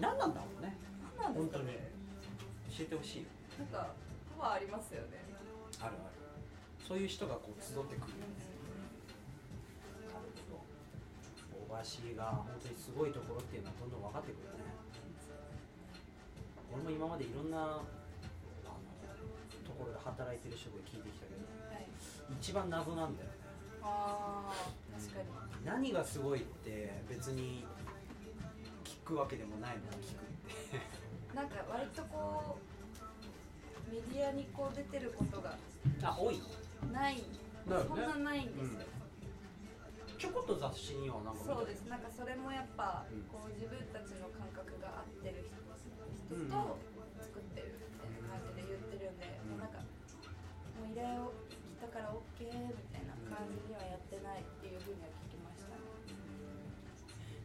S1: 何なんだろうね
S2: 何なん
S1: 本
S2: です
S1: 当
S2: か
S1: に
S2: ね
S1: 教えてほしいよ
S2: なんかパワーありますよね
S1: あるあるそういう人がこう集ってくるよね大橋が本当にすごいところっていうのはどんどん分かってくるね俺も今までいろんなあのところで働いてる人で聞いてきたけど
S2: はい
S1: 一番謎なんだよね
S2: ああ確かに
S1: 何がすごいって別に聞くわけでもないのに聞くって
S2: なんか割とこうメディアにこう出てることが
S1: あ多いの
S2: ない、
S1: だよね
S2: そんなないんですよ、
S1: ちょこっと雑誌にはなんか見た
S2: そうですなんかそれもやっぱ、
S1: うん
S2: こう自分たちの感覚が合ってる人人
S1: うん
S2: と作ってるみたいな感じで言ってるんで、
S1: うん
S2: もうなんかもう依頼を来たから OK みたいな感じにはやってないっていうふうには聞きましたね、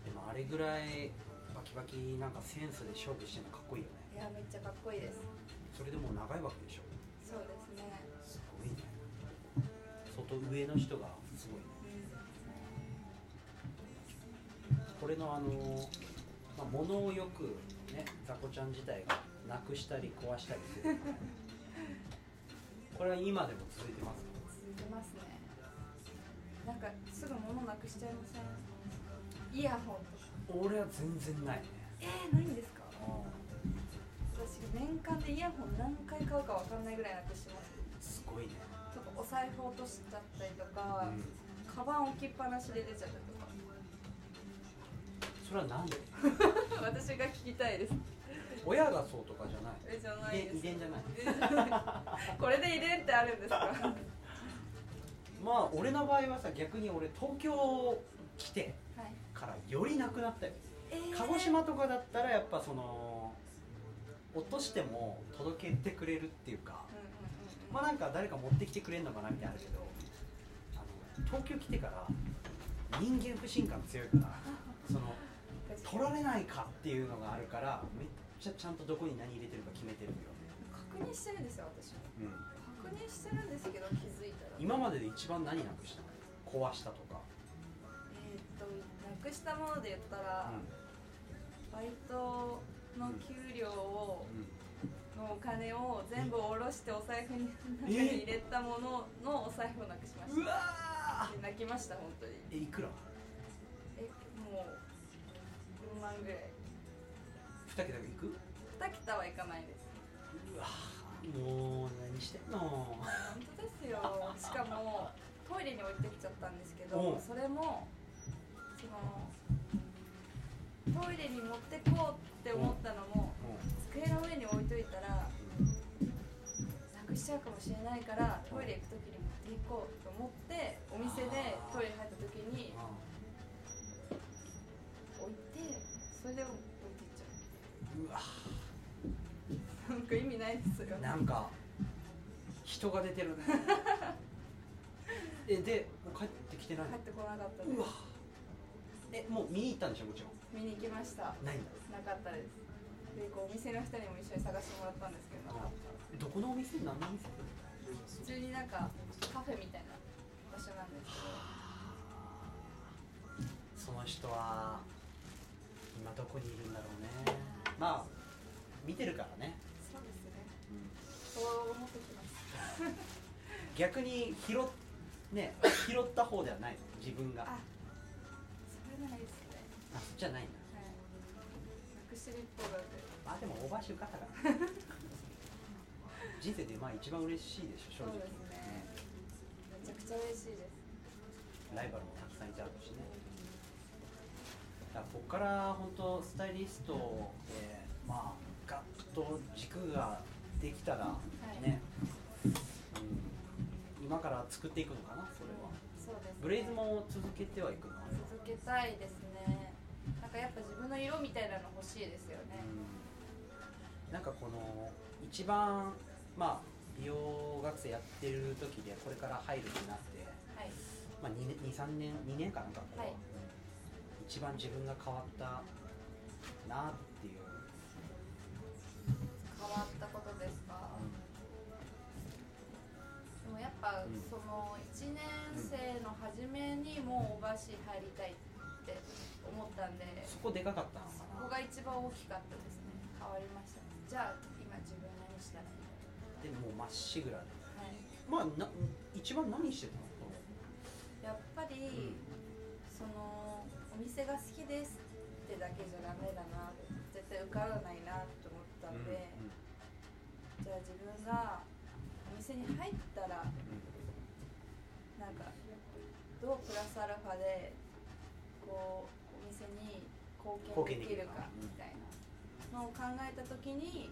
S1: でもあれぐらいバキバキなんかセンスで勝負してるのかっこいいよね
S2: いやめっちゃかっこいいです
S1: それでもう長いわけでしょ
S2: そうですね、
S1: すごいね外上の人がすごいねこれのあの、まあ、物をよくねザコちゃん自体がなくしたり壊したりするこれは今でも続いてますか
S2: 続いてますねなんかすぐ物なくしちゃいませんイヤホンとか
S1: 俺は全然ないね
S2: えー、ないんですか
S1: あ
S2: 私年間でイヤホン何回買うか分かんないぐらいなくしてま
S1: ーす
S2: す
S1: ごいね、
S2: ちょっとお財布落としちゃったりと
S1: う
S2: か、
S1: ん、
S2: カバン置きっぱなしで出ちゃったりとか
S1: それはなんで
S2: 私が聞きたいです
S1: 親がそうとかじゃない
S2: えじゃないです
S1: 遺伝遺伝じゃない
S2: えじゃない これで遺伝ってあるんですかはい
S1: まあ俺の場合はさ逆に俺東京来てからよりなくなったよ
S2: えー
S1: 鹿児島とかだったらやっぱその落としても届けてくれるっていうか
S2: うんうんうんうん
S1: まあなんか誰か持ってきてくれるのかなみたいなのあるけどあの東京来てから人間不信感強いからその
S2: 確かに
S1: 取られないかっていうのがあるからめっちゃちゃんとどこに何入れてるか決めてるよ、
S2: 確認してるんですよ私も確認してるんですけど気づいたら
S1: 今までで一番何なくしたの壊したとか、
S2: えーっとなくしたもので言ったら、
S1: う
S2: バイトの給料を、
S1: ん
S2: のお金を全部下ろしてお財布に中に入れたもののお財布をなくしま
S1: うん、
S2: し
S1: う
S2: た
S1: わ
S2: で泣きました本当に
S1: ーえいくら
S2: えもう4万ぐらい
S1: 2桁いく
S2: 2桁はいかないです
S1: うわーもう何してんの
S2: 本当ですよしかもトイレに置いてきちゃったんですけ
S1: お
S2: ど
S1: う
S2: それもそのトイレに持ってこうって思ったのも
S1: もう
S2: 机の上に置いといたらなくしちゃうかもしれないからトイレ行く時に持っていこうと思ってお店でトイレ入った時に置いてそれで置いていっちゃ
S1: うわ
S2: うなんか意味ないですよ
S1: なんか人が出てる ねえでもう帰ってきてない
S2: 帰ってこなかったで
S1: うわ
S2: す
S1: えもう見に行ったんでしょもちろん
S2: 見に行きました
S1: ない
S2: なかったですでこうお店の人にも一緒に探してもらったんですけどなかったです
S1: どこのお店何のお店
S2: 普通になんかカフェみたいな場所なんですけど
S1: その人は今どこにいるんだろうねまあ見てるからね、
S2: そうですねそう思ってきます
S1: 逆に拾っね拾った方ではないの自分が
S2: あそれならいいですね
S1: あじゃないんだ
S2: はい隠してる一方だって
S1: まあでもオーバーシュ受かった から人生でまあ一番嬉しいでしょ正
S2: そう
S1: 直
S2: ですねめちゃくちゃ嬉しいです
S1: ライバルもたくさんいたろうしねだからここから本当スタイリストでまあガッと軸ができたら
S2: い
S1: ね、うん、今から作っていくのかなそれは
S2: そうですね
S1: ブレイズも続けてはいくの、う
S2: 続けたいですねなんかやっぱ自分の色みたいなの欲しいですよね、
S1: ん、なんかこの一番まあ美容学生やってる時でこれから入るってなって、
S2: はい
S1: まあ、2, 年2 3年2年間かこう、
S2: はい
S1: 一番自分が変わったなっていう、
S2: 変わったことですか、でもやっぱ
S1: うん
S2: その1年生の初めにもうおばし入りたいって思ったんで
S1: そこでかかったの
S2: そ
S1: か
S2: こ
S1: な
S2: が一番大きかったですね変わりましたじゃあ今自分何したらいい
S1: で
S2: の
S1: もうまっしぐらで
S2: はい
S1: まあな一番何してたの
S2: やっぱり、そのお店が好きですってだけじゃダメだな絶対受からないなと思ったんで、じゃあ自分がお店に入ったらなんかどうプラスアルファでこうお店に貢献できるか
S1: 貢
S2: み
S1: 献できるか
S2: たいなのを考えた時に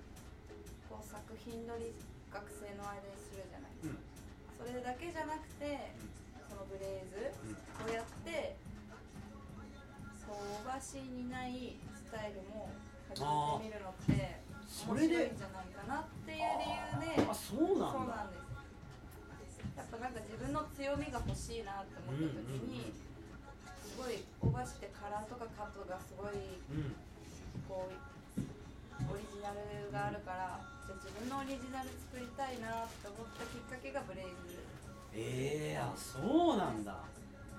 S2: こう作品撮り学生の間にするじゃない
S1: うんうん
S2: それだけじゃなくてそのブレイズ
S1: うん
S2: こうやってこうおばしにないスタイルも初めて見るのって
S1: そ
S2: 面
S1: れで
S2: 白いんじゃないかなっていう理由で
S1: あそう
S2: そう
S1: なんだ
S2: なんですやっぱなんか自分の強みが欲しいなって思った時に、すごいおばしってカラーとかカットがすごい
S1: うんうん
S2: こうオリジナルがあるからじゃあ自分のオリジナル作りたいなって思ったきっかけがブレイズ
S1: ええあそうなんだ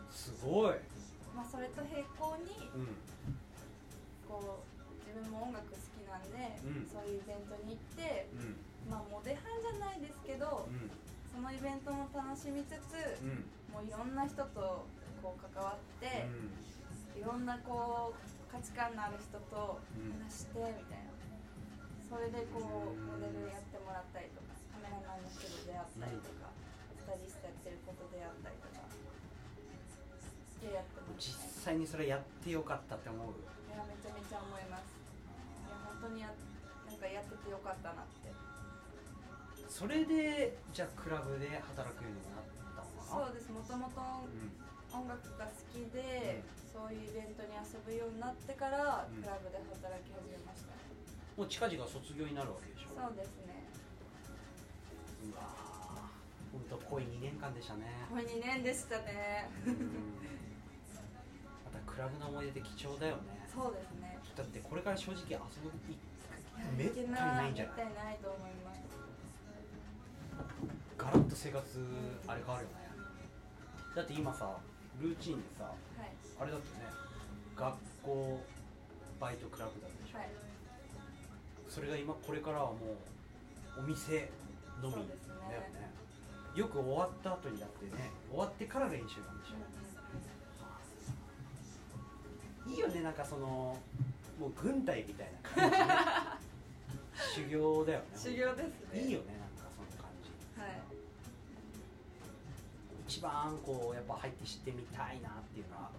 S1: すごい、
S2: まあそれと並行に
S1: うん、
S2: こう自分も音楽好きなんで、
S1: うん
S2: そういうイベントに行って
S1: うん
S2: まあモデハンじゃないですけど、そのイベントも楽しみつつ、
S1: うんうん
S2: もういろんな人とこう関わって、いろんなこう価値観のある人と
S1: うん
S2: 話してみたいな、それでこ
S1: う
S2: う
S1: ん
S2: モデルやってもらったりとかカメラマンの人と出会ったりとか、スタイリストやってる子と出会ったりとかでやってま
S1: 実
S2: したね
S1: 際にそれやってよかったって思う
S2: いやめちゃめちゃ思いますいや本当にやなんかやっててよかったなって
S1: それでじゃあクラブで働くようになったのかな
S2: そうですもともと
S1: う
S2: 音楽が好きで、そういうイベントに遊ぶようになってから、
S1: うん
S2: クラブで働き始めましたね
S1: ん、もう近々卒業になるわけでしょ
S2: そうですね
S1: うわ本当濃い2年間でしたね
S2: もう2年でし たね
S1: うんまたクラブの思い出って貴重だよね
S2: そうですね
S1: だってこれから正直遊ぶい
S2: い
S1: め
S2: や
S1: ったにないんじゃ
S2: 絶
S1: ない
S2: 対ないと思います
S1: ガラッと生活あれ変わるよねだって今さルーチンでさ
S2: はい
S1: あれだってね学校バイトクラブだったでしょ、
S2: はい
S1: それが今これからはもうお店のみだ
S2: そ
S1: よ
S2: う
S1: ね
S2: ですね
S1: よく終わった後にだってね終わってから練習なんでしょ、いいよねなんかそのもう軍隊みたいな感じ、ね、 修行だよね
S2: 修行ですね
S1: いいよねなんかその感じ
S2: はい
S1: 一番こうやっぱ入って知ってみたいなっていうのは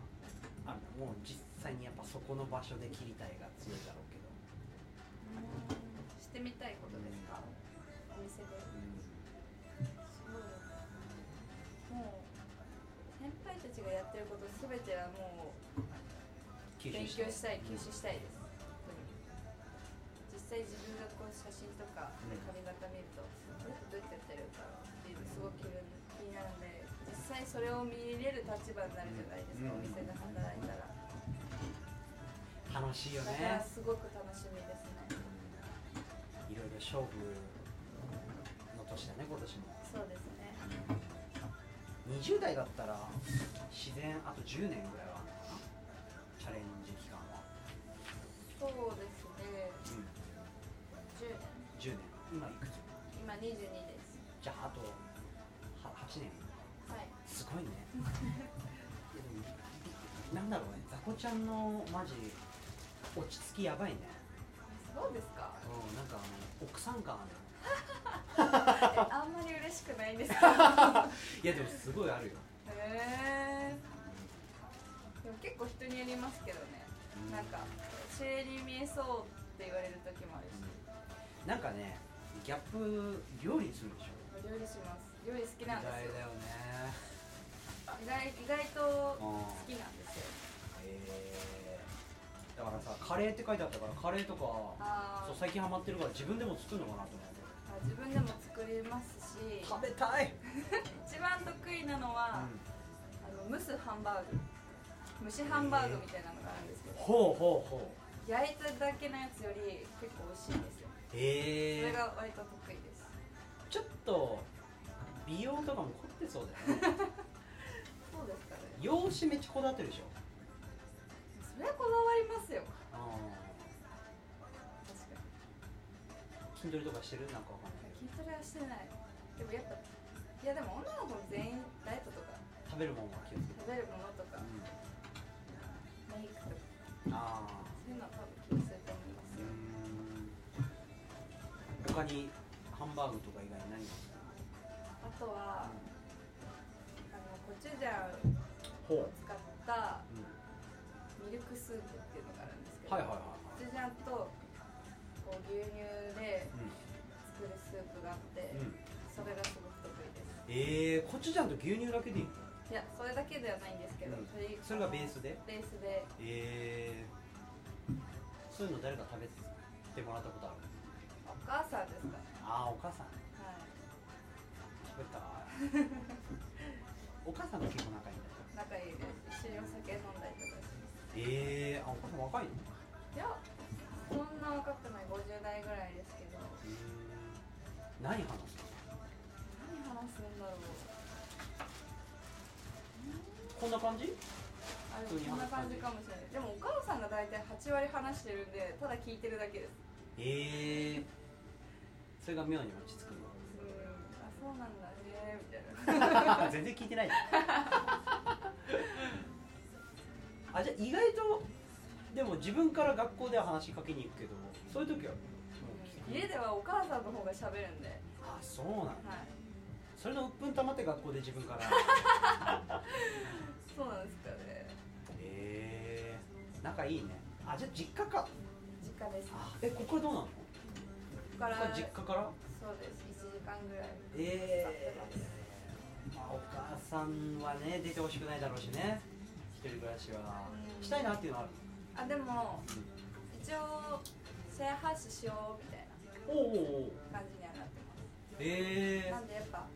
S1: あるのもう実際にやっぱそこの場所で切りたいが強いだろうけど、
S2: うんしてみたいことですかお店でそうもう先輩たちがやってることすべてはもう
S1: 吸
S2: 勉
S1: 収
S2: 強した
S1: う
S2: い
S1: ん
S2: 吸収したいです、実際自分がこう写真とか
S1: うん
S2: 髪型見るとこれってどうやってやってるかっていうのすごく気になるんで実際それを見れる立場になるじゃないです
S1: うん
S2: か、お店で働いたら
S1: 楽しいよ
S2: だから
S1: ね
S2: すごく楽しみですね
S1: いろいろ勝負の年だね今年も
S2: そうですね
S1: 20代だったら自然あと10年ぐらいはあるのかなチャレンジ期間は、
S2: そうですね
S1: うん、
S2: 10
S1: 10年今いくつ
S2: 今22です
S1: じゃああとは8年
S2: はい
S1: す ごいねいやでもなんだろうねザコちゃんのマジ落ち着きやばいね
S2: そうですか
S1: うんなんかあの奥さん感ある
S2: あんまり嬉しくないんですけどへ
S1: いやでもすごいあるよ
S2: えでも結構人によりますけどねなんか精鋭に見えそうって言われる時もあるし
S1: なんかねギャップ料理するでしょ
S2: 料理します料理好き
S1: 意
S2: な
S1: 外だ
S2: ん
S1: よね
S2: ですよ意外意外と
S1: うん
S2: 好きなんですよ
S1: えーだからさカレーって書いてあったからカレーとか
S2: あ
S1: そう
S2: ー
S1: 最近ハマってるから自分でも作るのかなと思って
S2: あ自分でも作りますし
S1: 食べたい、
S2: 一番得意なのは、あの蒸すハンバーグ蒸しハンバーグみたいなのがあるんですけど
S1: ほうほうほう
S2: 焼いただけのやつより結構美味しいんですよそ
S1: ええ
S2: れが割と得意です
S1: ちょっと美容とかも凝ってそうだよ ね
S2: そうですかね
S1: 容姿めっちゃこだわってるでしょ
S2: それはこだわりますよ
S1: うん
S2: 確か
S1: 筋トレとかしてるなんかわかんないけ
S2: に筋トレはしてないでもやっぱいやでも女の子も全員ダイエットとか
S1: ど食べるもんは気をつけて、
S2: 食べるものとか
S1: う
S2: メイクと
S1: ん、
S2: か
S1: ああ
S2: そういうのは多分気にすると思いますよ
S1: うーん他にハンバーグとか以外に何ですか
S2: あとはあのコチュジャンを
S1: ほ
S2: 使った
S1: う、うん、
S2: ミルクスープっていうのがあるんですけど、
S1: はいはいはいは
S2: コチュジャンとこう牛乳で
S1: い、
S2: 作るスープがあって、
S1: うんうん、
S2: それがすごく得意です
S1: えー、コチュジャンと牛乳だけでいいの
S2: いやそれだけではないんですけど、
S1: うん
S2: 鶏
S1: それがベースで
S2: ベースで
S1: えー、そういうの誰か食べてもらったことある
S2: お母さんですかね
S1: ああお母さん
S2: はい
S1: 食べたいお母さんと結構仲いいんだよ
S2: 仲いいです一緒にお酒飲んだりとかします
S1: えー、あお母さん若いの
S2: いやそんな若くない50代ぐらいですけど
S1: うーん何話すの
S2: 何話すんだろう
S1: こんな感じ
S2: あで
S1: 普
S2: も
S1: 通に
S2: そんな
S1: 話す
S2: 感
S1: 感じ
S2: じかもしれないでもお母さんが大体8割話してるんでただ聞いてるだけです
S1: えー、それが妙に落ち着くの
S2: うんあそうなんだねみたい な
S1: 全然聞いてないじゃんあじゃあ意外とでも自分から学校では話しかけに行くけどそういう時はもう聞く
S2: 家ではお母さんの方が喋るんで、は
S1: あそうなんだ
S2: い、
S1: それの鬱憤溜まって学校で自分から
S2: そうなんですかね
S1: えー、仲いいねあじゃあ実家か
S2: 実家ですこ
S1: あえここはどうなのこ
S2: こ
S1: こ
S2: から
S1: は実家から
S2: そうです1時間ぐらい
S1: えー、まあお母さんはね出てほしくないだろうしね一人暮らしは
S2: うん
S1: したいなっていうのはある
S2: あでも一応シェアハウスしようみたいな
S1: おうおうおう
S2: 感じにはなってます
S1: えー
S2: なんでやっぱ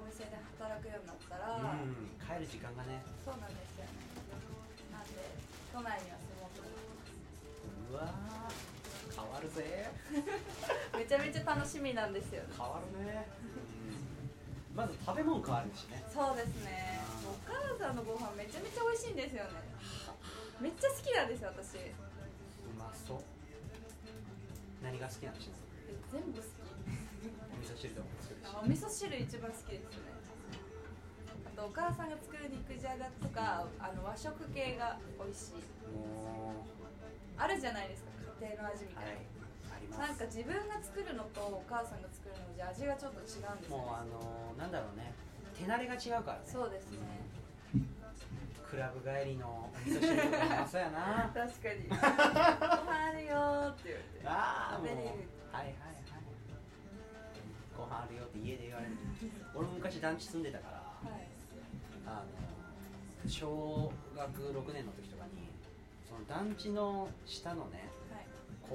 S2: お店で働くようになったら、
S1: うん、帰る時間がね
S2: そうなんですよねなんで都内には住もうと思って
S1: うわー変わるぜ
S2: ますめちゃめちゃ楽しみなんですよね
S1: 変わるね、うん、まず食べ物変わるしね
S2: そうですねお母さんのご飯めちゃめちゃ美味しいんですよねめっちゃ好きなんですよ私え
S1: うまそう何が好きなのしず
S2: 全部好き
S1: お味噌汁とかも作るし
S2: あお味噌汁一番好きですねあとお母さんが作る肉じゃがとかあの和食系が美味しい
S1: も
S2: あるじゃないですか家庭の味み
S1: う
S2: た
S1: はい
S2: い
S1: あり
S2: な、
S1: ま
S2: なんか
S1: す
S2: 自分が作るのとお母さんが作るのじゃ味がちょっと違うんですよね
S1: もうあのー、なんだろうね手慣れが違うからね
S2: そうですね
S1: クラブ帰りのお味噌汁とかう まそうやな
S2: 確かにご飯あるよーって言って
S1: ああもう
S2: 食べれる
S1: はいはいはいご飯あるよって家で言われる俺も昔団地住んでたから、
S2: はい
S1: あの小学6年の時とかにその団地の下のね
S2: はい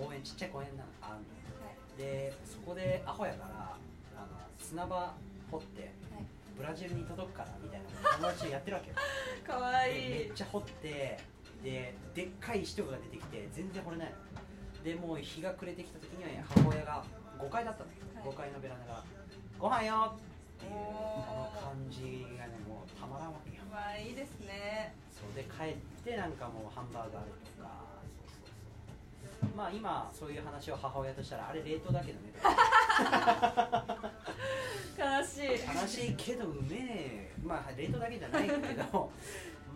S1: 公園ちっちゃい公園なのあんの
S2: はい
S1: でそこでアホやからあの砂場掘って
S2: はい
S1: ブラジルに届くからみたいなこと友達とやってるわけよ
S2: かわ
S1: でめ
S2: いい
S1: っちゃ掘ってででっかい石とかが出てきて全然掘れないのでもう日が暮れてきた時には母親が5階だったの、
S2: はい
S1: 5階のベランダが「ご飯よ!」っていう
S2: お
S1: あ
S2: ー
S1: の感じがねもうたまらんわけよ
S2: まあいいですね
S1: そうで帰ってなんかもうハンバーガーとかそうそうそうまあ今そういう話を母親としたらあれ冷凍だけどね
S2: 悲しい
S1: 悲しいけどうめえまあ冷凍だけじゃないけ ど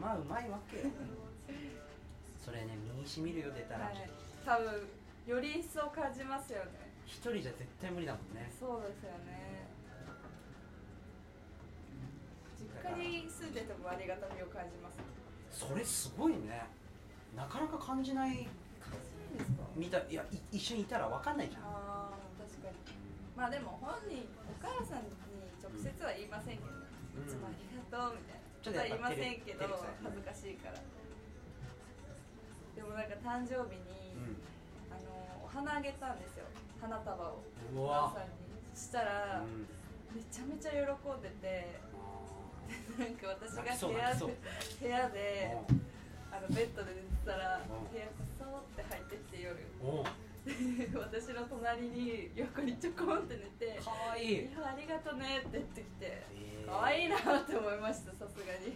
S1: まあうまいわけよそれね身にしみるよ出たら、
S2: はい、多分より一層感じますよね
S1: 一人じゃ絶対無理だもんね
S2: そうですよね実家に住んでてもありがたみを感じます
S1: それすごいねなかなか感じない
S2: 感じないんですか
S1: 見たいやい一緒にいたら分かんないじゃん
S2: あー確かにまあでも本人お母さんに直接は言いませんけど、ね
S1: うん
S2: いつもありがとうみたいな
S1: ちょっ
S2: こ
S1: と
S2: とは
S1: や
S2: 言
S1: っ
S2: い
S1: ぱ
S2: ま
S1: 照
S2: せ
S1: れ
S2: んけど
S1: 照れくさい
S2: 恥ずかしいからでもなんか誕生日に、あのお花あげたんですよ花束を
S1: うんう
S2: お
S1: わ
S2: 母さんにそしたら、
S1: うん
S2: めちゃめちゃ喜んでてなんか私
S1: 泣
S2: が
S1: きそう
S2: 部屋
S1: 泣きそう
S2: で部屋で
S1: うん
S2: あのベッドで寝てたら
S1: うん
S2: 部屋こそーって入ってきて
S1: おう
S2: 夜私の隣に横にちょこんって寝て「いや
S1: かわいい
S2: ありがとね」って言ってきて
S1: えー
S2: 可愛いなって思いましたさすがに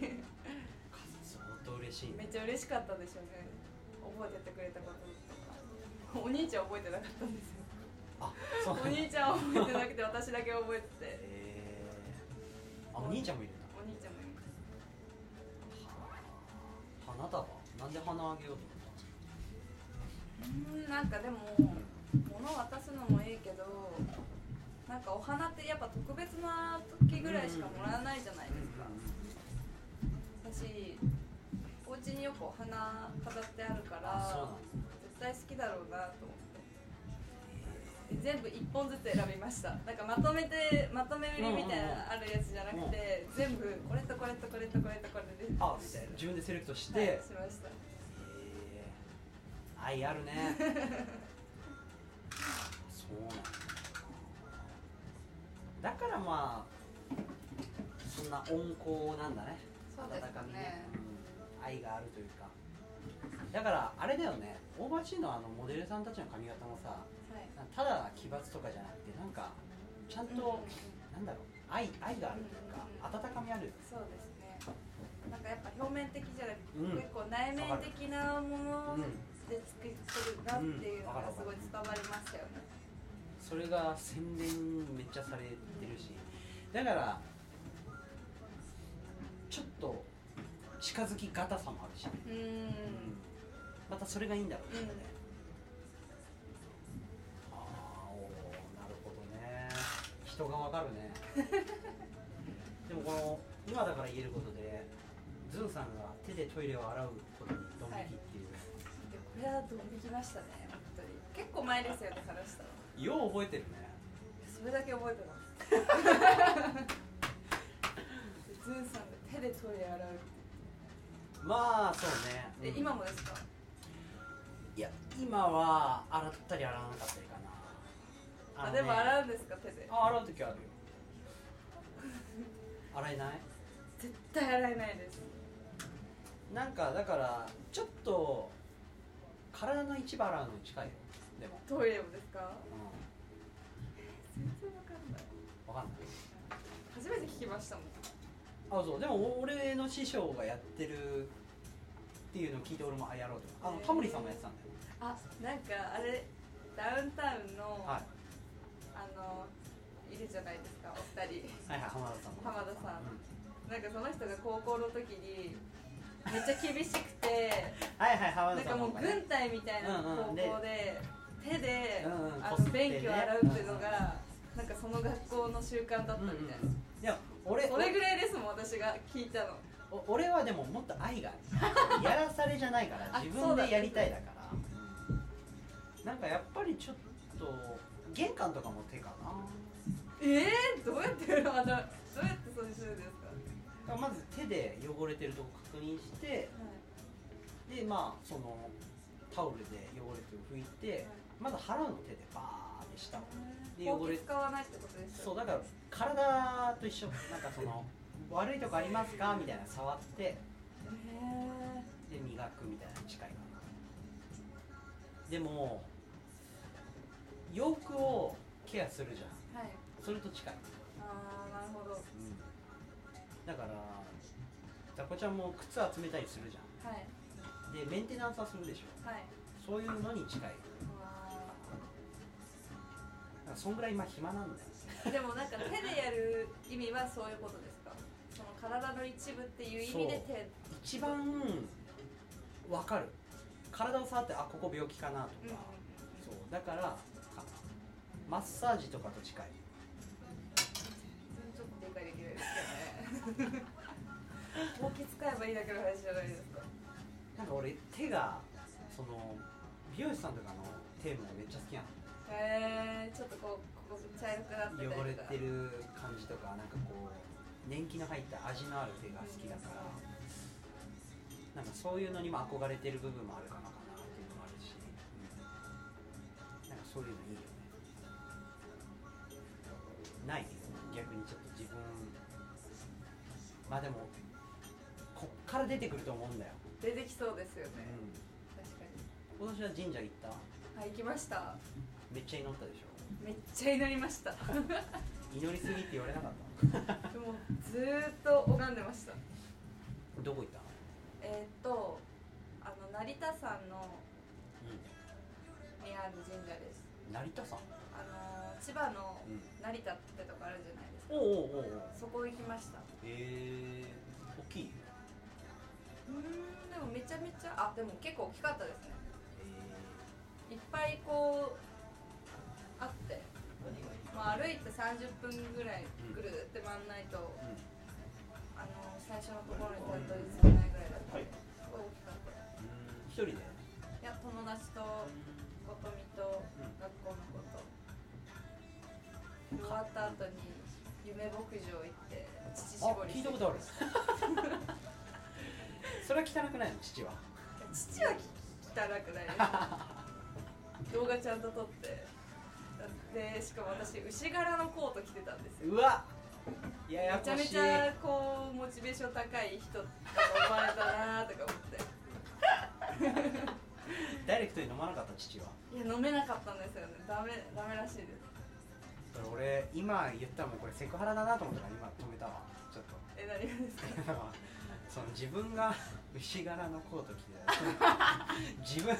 S1: 相当嬉しい
S2: め
S1: ね
S2: っちゃ嬉しかったでしょうね覚えててくれたこととかお兄ちゃん覚えてなかったんです よ
S1: あそう
S2: お
S1: なんだ
S2: 兄ちゃんは覚えてなくて私だけ覚えてて
S1: えー、あお兄ちゃんもいるんだ
S2: お兄ちゃんもいます
S1: 花束なんで花あげようと
S2: うんなんかでも物渡すのもいいけどなんかお花ってやっぱ特別な時ぐらいしかもらわないじゃない
S1: 思
S2: ですかだしお家によくお花飾ってあるか
S1: あそう
S2: ら絶対好きだろうなと思って全部1本ずつ選びましたなんかまとめてまとめ売りみたいなあるやつじゃなくて全部これとこれとこれとこれとこれでみたいな
S1: なん
S2: はい
S1: ですねあ自分でセレクトし、
S2: して
S1: え
S2: ました
S1: ー、愛あるね そうなんだだからまあそんな温厚なんだね
S2: そうですね
S1: 温かみうん愛があるというかだからあれだよね大橋のあのモデルさんたちの髪型もさ
S2: はい
S1: ただ奇抜とかじゃなくてなんかちゃんと、
S2: うんうんうん
S1: なんだろう愛愛があるというか、温かみある
S2: そうですね。なんかやっぱ表面的じゃなくて、
S1: うん
S2: 結構内面的なもの
S1: うん
S2: で作ってるなっていうのがすごい伝わりましたよね。
S1: それが洗練めっちゃされてるしだからちょっと近づきがたさもあるし、
S2: うーん。うん。
S1: またそれがいいんだろうね、ああおーなるほどね人がわかる ねでもこの今だから言えることでズーさんが手でトイレを洗うことにドン引きっていう、
S2: でこれはドン引きましたね。本当に。結構前ですよね話したの。
S1: よう覚えてるね
S2: それだけ覚えてます。 ズンさんが手でトイレ洗う
S1: まあそうね
S2: って。え、
S1: うん
S2: 今もですか。
S1: いや今は洗ったり洗わなかったりかな
S2: あ、
S1: のね
S2: でも洗うんですか手で。
S1: あ洗う時あるよ洗えない
S2: 絶対洗えないです。
S1: なんかだからちょっと体の一部洗うのに近いよでも、
S2: トイレもですか。
S1: う
S2: 全然わかん
S1: ん、わかん
S2: ない。
S1: ない
S2: 初めて聞きましたもん。
S1: あそうでも俺の師匠がやってるっていうのを聞いて俺もあやろうとあのタモリさんもやってたんだよ
S2: あなんかあれダウンタウンの、
S1: はい
S2: あのいるじゃないですかお二人
S1: はいはい浜田さんも
S2: 浜田さんなんかその人が高校の時にめっちゃ厳しくて
S1: うんはいはい浜
S2: なん
S1: 田さ
S2: か
S1: ん
S2: もう
S1: 方がね
S2: 軍隊みたいな高校
S1: う
S2: で、
S1: んうん
S2: 手で、
S1: うんうん
S2: あ
S1: こすっ
S2: の
S1: てね
S2: 便器を洗うっていうのが、なんかその学校の習慣だったみたいな、
S1: いや俺
S2: それぐらいですもん私が聞いたの
S1: お俺はでももっと愛があるやらされじゃないから
S2: あ
S1: 自分でやりたいだからなんかやっぱりちょっと玄関とかも手か
S2: えー、どうやって洗うあのどうやって掃除するんですか、
S1: なまず手で汚れてるとこ確認してでまあそのタオルで汚れて拭いてまず腹の手でバーってしたで
S2: ほ
S1: 汚
S2: うき
S1: れ
S2: 使わないってことですよね
S1: そうだから体と一 緒なんかその悪いとこありますかみたいな触って
S2: へ
S1: でで磨くみたいなのに近いかなでも洋服をケアするじゃん
S2: はい
S1: それと近い、
S2: ああなるほどは
S1: だからザコちゃんも靴集めたりするじゃ
S2: い
S1: んでメンテナンスはするでしょ
S2: はい
S1: そういうのに近いだか
S2: あ
S1: らそんぐらい今暇なんだよ
S2: ーでもなんか手でやる意味はそういうことですかその体の一部っていう意味で
S1: 一
S2: 手
S1: 番わかる体を触ってあここ病気かなとか、
S2: うんうんうん
S1: そうだからかマッサージとかと近い
S2: ちょっと理解できないですけどね 大き使えばいいだけの話じゃないですか
S1: なんか俺手がその美容師さんとかの手もめっちゃ好きなの
S2: へえー、ちょっとこうここ茶色くなってたりとか
S1: 汚れてる感じとかなんかこう年季の入った味のある手が好きだからなんかそういうのにも憧れてる部分もあるかなかなっていうのもあるし、うんなんかそういうのいいよねない逆にちょっと自分まあでもこっから出てくると思うんだよ、
S2: 出てきそうですよ
S1: う
S2: ね、
S1: ん、
S2: 確か
S1: 今年は神社行った
S2: にはい行きました
S1: めっちゃ祈ったでしょ
S2: めっちゃ祈りましたで
S1: 祈りすぎって言われなかっ
S2: もずーっと拝んでました
S1: たどこ行ったの、
S2: えー、っとあの成田山の
S1: う
S2: にある神社です
S1: ん、成田山
S2: あのー千葉の
S1: うん
S2: 成田ってとこあるじゃないですか
S1: おうおうおうおう
S2: そこ行きました
S1: えー、大きい、
S2: うーんでもめちゃめちゃあでも結構大きかったですね
S1: え
S2: いっぱいこうあって、まあ、歩いて30分ぐらいぐるーって回んないと、
S1: ーうん
S2: あの最初のところにたどり着かないぐらいだったんですごい大きかったい
S1: 一人で
S2: や友達と琴美と
S1: うん
S2: 学校のこと終わった後に夢牧場行って乳
S1: あ
S2: 搾り
S1: 聞い
S2: して
S1: たことある それは汚くないの父は
S2: 父は汚くないです動画ちゃんと撮ってでしかも私牛柄のコート着てたんですよ
S1: うわやや
S2: めちゃ
S1: こ
S2: め
S1: しい
S2: ちゃこうモチベーション高い人だと思われたなとか思って
S1: ダイレクトに飲まなかった父はい
S2: や飲めなかったんですよねダメダメらしいです
S1: それ俺今言ったらもうこれセクハラだなと思ったから今止めたわちょっと
S2: え何がですか
S1: その自分が牛柄のコート着て自分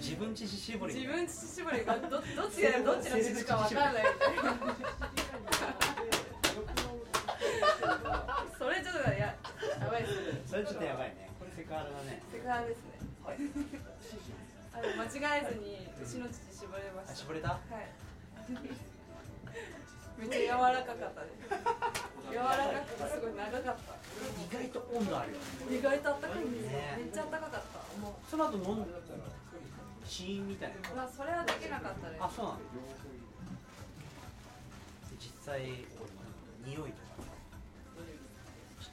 S1: 自分乳絞り
S2: 自分乳絞り がどどっちがどっちの乳かわからないみたいなそれちょっとややばいですね
S1: それちょっとやばいねこれセクハラだね
S2: セクハラですねはいあの間違えずに牛の乳絞れま
S1: あ
S2: した
S1: 絞れた
S2: はいめっちゃ柔らかかったです柔らかくてすごい長かった
S1: 意外と温度あるよね
S2: 意外とあったかいんですよ
S1: ね
S2: めっちゃあったかかった
S1: その後飲んだ死因みたい
S2: まあそれはできなかったです
S1: なあそうなんだ実際匂いとかちょっときつ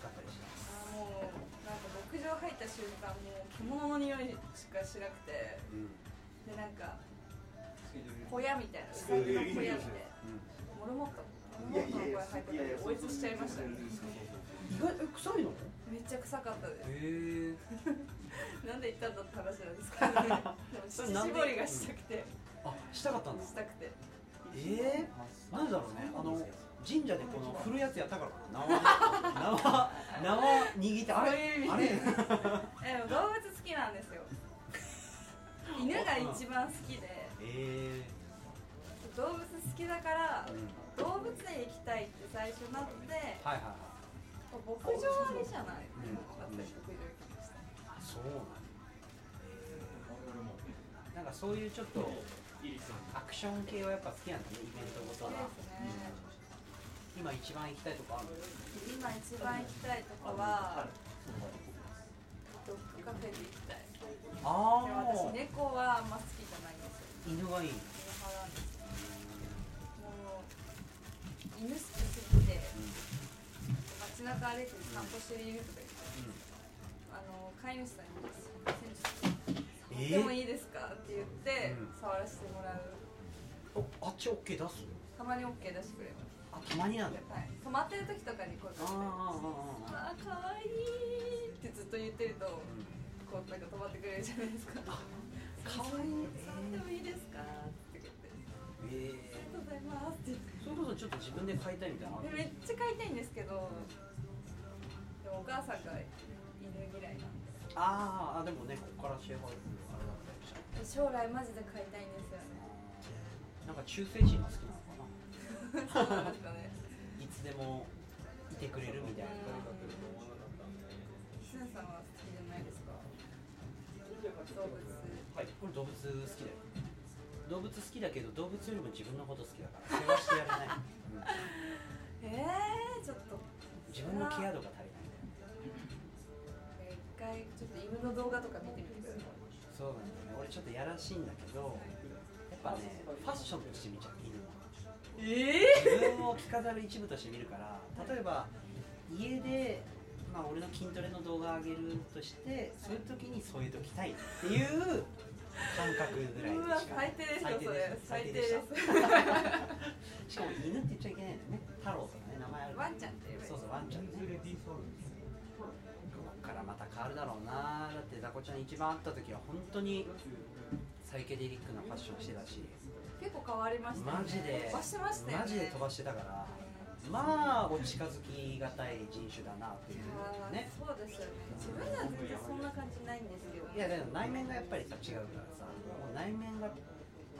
S1: かったりします
S2: あーもうなんか牧場入った瞬間もう獣の匂いしかしなくて
S1: うんうん
S2: でなんか小屋みたいなうさぎの小屋みたいなモルモットモルモットの小屋入った時追いつしちゃいましたね
S1: 意外え臭いのへ
S2: めっちゃ臭かったです
S1: え
S2: なんで行ったんだって話なんですけどねでも乳 搾りがしたくて
S1: あしたかったんだ
S2: したくて
S1: えー、なんだろうねあの神社でこの振るやつやったからかな縄縄縄握ってあれ
S2: そういう意味
S1: あれ
S2: えでも動物好きなん ですよ犬が一番好きで
S1: え
S2: 動物好きだから
S1: ー、うん、
S2: 動物園行きたいって最初なって
S1: はいはいはい
S2: 牧場あれじゃない、
S1: うん
S2: 私牧場行きました
S1: あそうなんだ、えー、なんかそういうちょっとアクション系はやっぱ好きなんだねイベントごと
S2: そうで
S1: は、
S2: す
S1: うん
S2: ね、
S1: 今一番行きたいとこあるの
S2: 今一番行きたいとこはドッグカフェで行きたいで
S1: あ
S2: 私猫はあんま好きじゃないんですよ
S1: ー犬がいい
S2: 犬派なんですよもう犬好きすぎて街中歩いて散歩してる犬とかいてあの飼い主さんに「
S1: え
S2: 先生でもいいですか?」って言って、
S1: うん
S2: 触らせてもらう
S1: おあっち OK 出す
S2: たまに OK 出してくれま
S1: あたまになんだよ
S2: す、はい、止まってる時とかに声かけて
S1: あーあーあーあー
S2: わあかわいいってずっと言っってるとこうなんか止まってくれるじゃないですか
S1: かわいい
S2: 触ってもいいですかって言って
S1: え
S2: ありがとうございますって言って
S1: ーそれこそちょっと自分で買いたいみたいなのある
S2: めっちゃ飼いたいんですけどでもお母さんが犬嫌いなんで
S1: あーあでもねここからシェアハウスあれだったりしちゃう
S2: 将来マジで飼いたいんですよね
S1: なんか中性人が好きなのか
S2: そうなんですかね
S1: ないつでもいてくれるみたいな
S2: しゅんさんは好きじゃないですか動物
S1: はいこれ動物好きだよ 動物好きだけど動物よりも自分のこと好きだ から世話してやれない
S2: えー、ちょっと
S1: 自分のケア度が足りないんだよ
S2: 一回ちょっと犬の動画とか見てみてください
S1: そうなんだよね俺ちょっとやらしいんだけどやっぱねファッションとして見ちゃう犬は
S2: ええ
S1: 自分を着飾る一部として見るから例えば家で、まあ、俺の筋トレの動画上げるとしてそういう時にそういう時着たいっていう感覚ぐらいで
S2: うわ
S1: しか
S2: 最低ですよそれ
S1: 最
S2: 最
S1: 低
S2: 低
S1: で
S2: で
S1: し
S2: す
S1: たしかも犬って言っちゃいけないんだよね太郎とかね名前ある
S2: ワンちゃんって言えばいい
S1: そうそうワンちゃんねこっからまた変わるだろうなだってザコちゃん一番会った時は本当にサイケデリックなファッションしてたし
S2: 結構変わりましたね
S1: マジで
S2: 飛ばしてましたよね
S1: マジで飛ばしてたからまあお近づきがたい人種だなっていう
S2: あー
S1: ね
S2: そうですよね自分では全然そんな感じないんですけど
S1: いやでも内面がやっぱりさ違うからさもう内面があ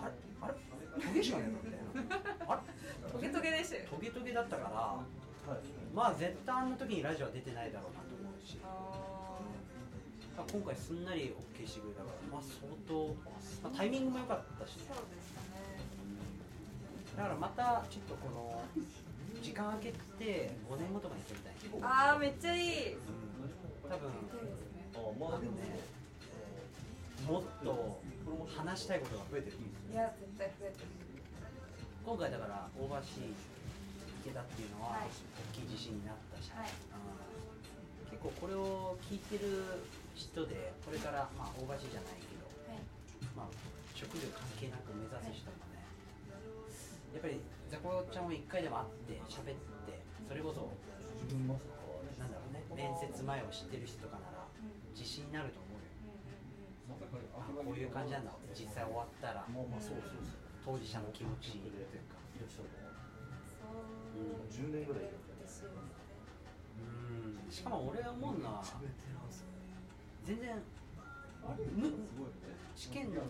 S1: れあれトゲしかねえぞみたいなあ
S2: トゲトゲでしたよ
S1: れトゲトゲだったからまあ絶対あんな時にラジオは出てないだろうなと思うし
S2: あ
S1: あ今回すんなり OK してくれたからまあ相当、まあ、タイミングも良かったし
S2: ー
S1: ね
S2: そうでしたね
S1: だからまたちょっとこの時間空けて5年後とかに撮りたい、うん、
S2: あーめっちゃいいいいで
S1: 多分多
S2: すね
S1: 分ねもっと話したいことが増えてるんですよ
S2: いや絶対増えてる
S1: 今回だから大橋池田っていうのは
S2: は
S1: 大
S2: い
S1: きい自信になったし、
S2: はい
S1: うん結構これを聞いてる人でこれから、まあ、大橋じゃないけど
S2: はい
S1: まあ、職業関係なく目指す人もね、やっぱりザコちゃんを一回でも会って喋ってそれこそなんだろうね面接前を知ってる人とかなら
S2: うん
S1: 自信になると思うよあ
S2: う
S1: こういう感じなんだって実際終わったら
S2: んうんうんそう
S1: 当事者の気持ちというか
S2: そう
S4: 10年ぐら
S2: 嬉
S4: い
S2: しいですね
S1: うんしかも俺が思うのは全然む試験が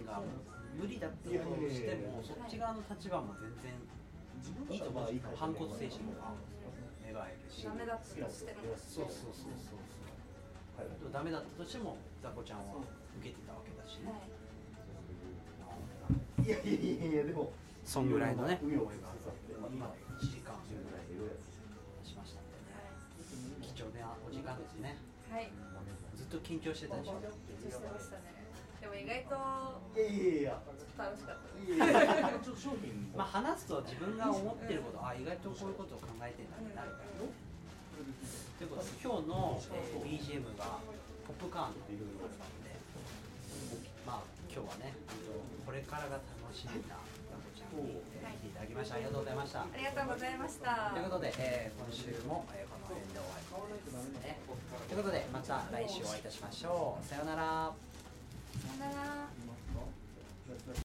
S1: 無理だってことをしてもそっち側の立場も全然いいと思うし反骨精神とか芽生えるし
S2: ダメだったとしても
S1: そうそうそうそうそう、でもダメだったとしてもザコちゃんは受けてたわけだしね、
S2: はい
S4: いやいやいやいやでも
S1: そんぐらいのね
S4: 海を思い
S1: 今1時間ぐらいしましたんでね貴重なお時間ですね
S2: はい
S1: ずっと緊張してたでしょ
S2: 緊張してましたねでも意外と
S4: いやいやいや
S2: ちょっと楽しかったです
S4: いやいやちょっと商品
S1: まあ話すと自分が思ってることあ意外とこういうことを考えてんだってなるからねということで今日の、えー BGM がポップカーンのアルバムでまあ今日はねこれからが楽しみなザコちゃんに、えー来ていただきましたありがとうございました
S2: ありがとうございました
S1: ということで、えー今週も、えーこの辺で終わりですね。ということで、また来週お会いいたしましょう。さようなら。
S2: さよなら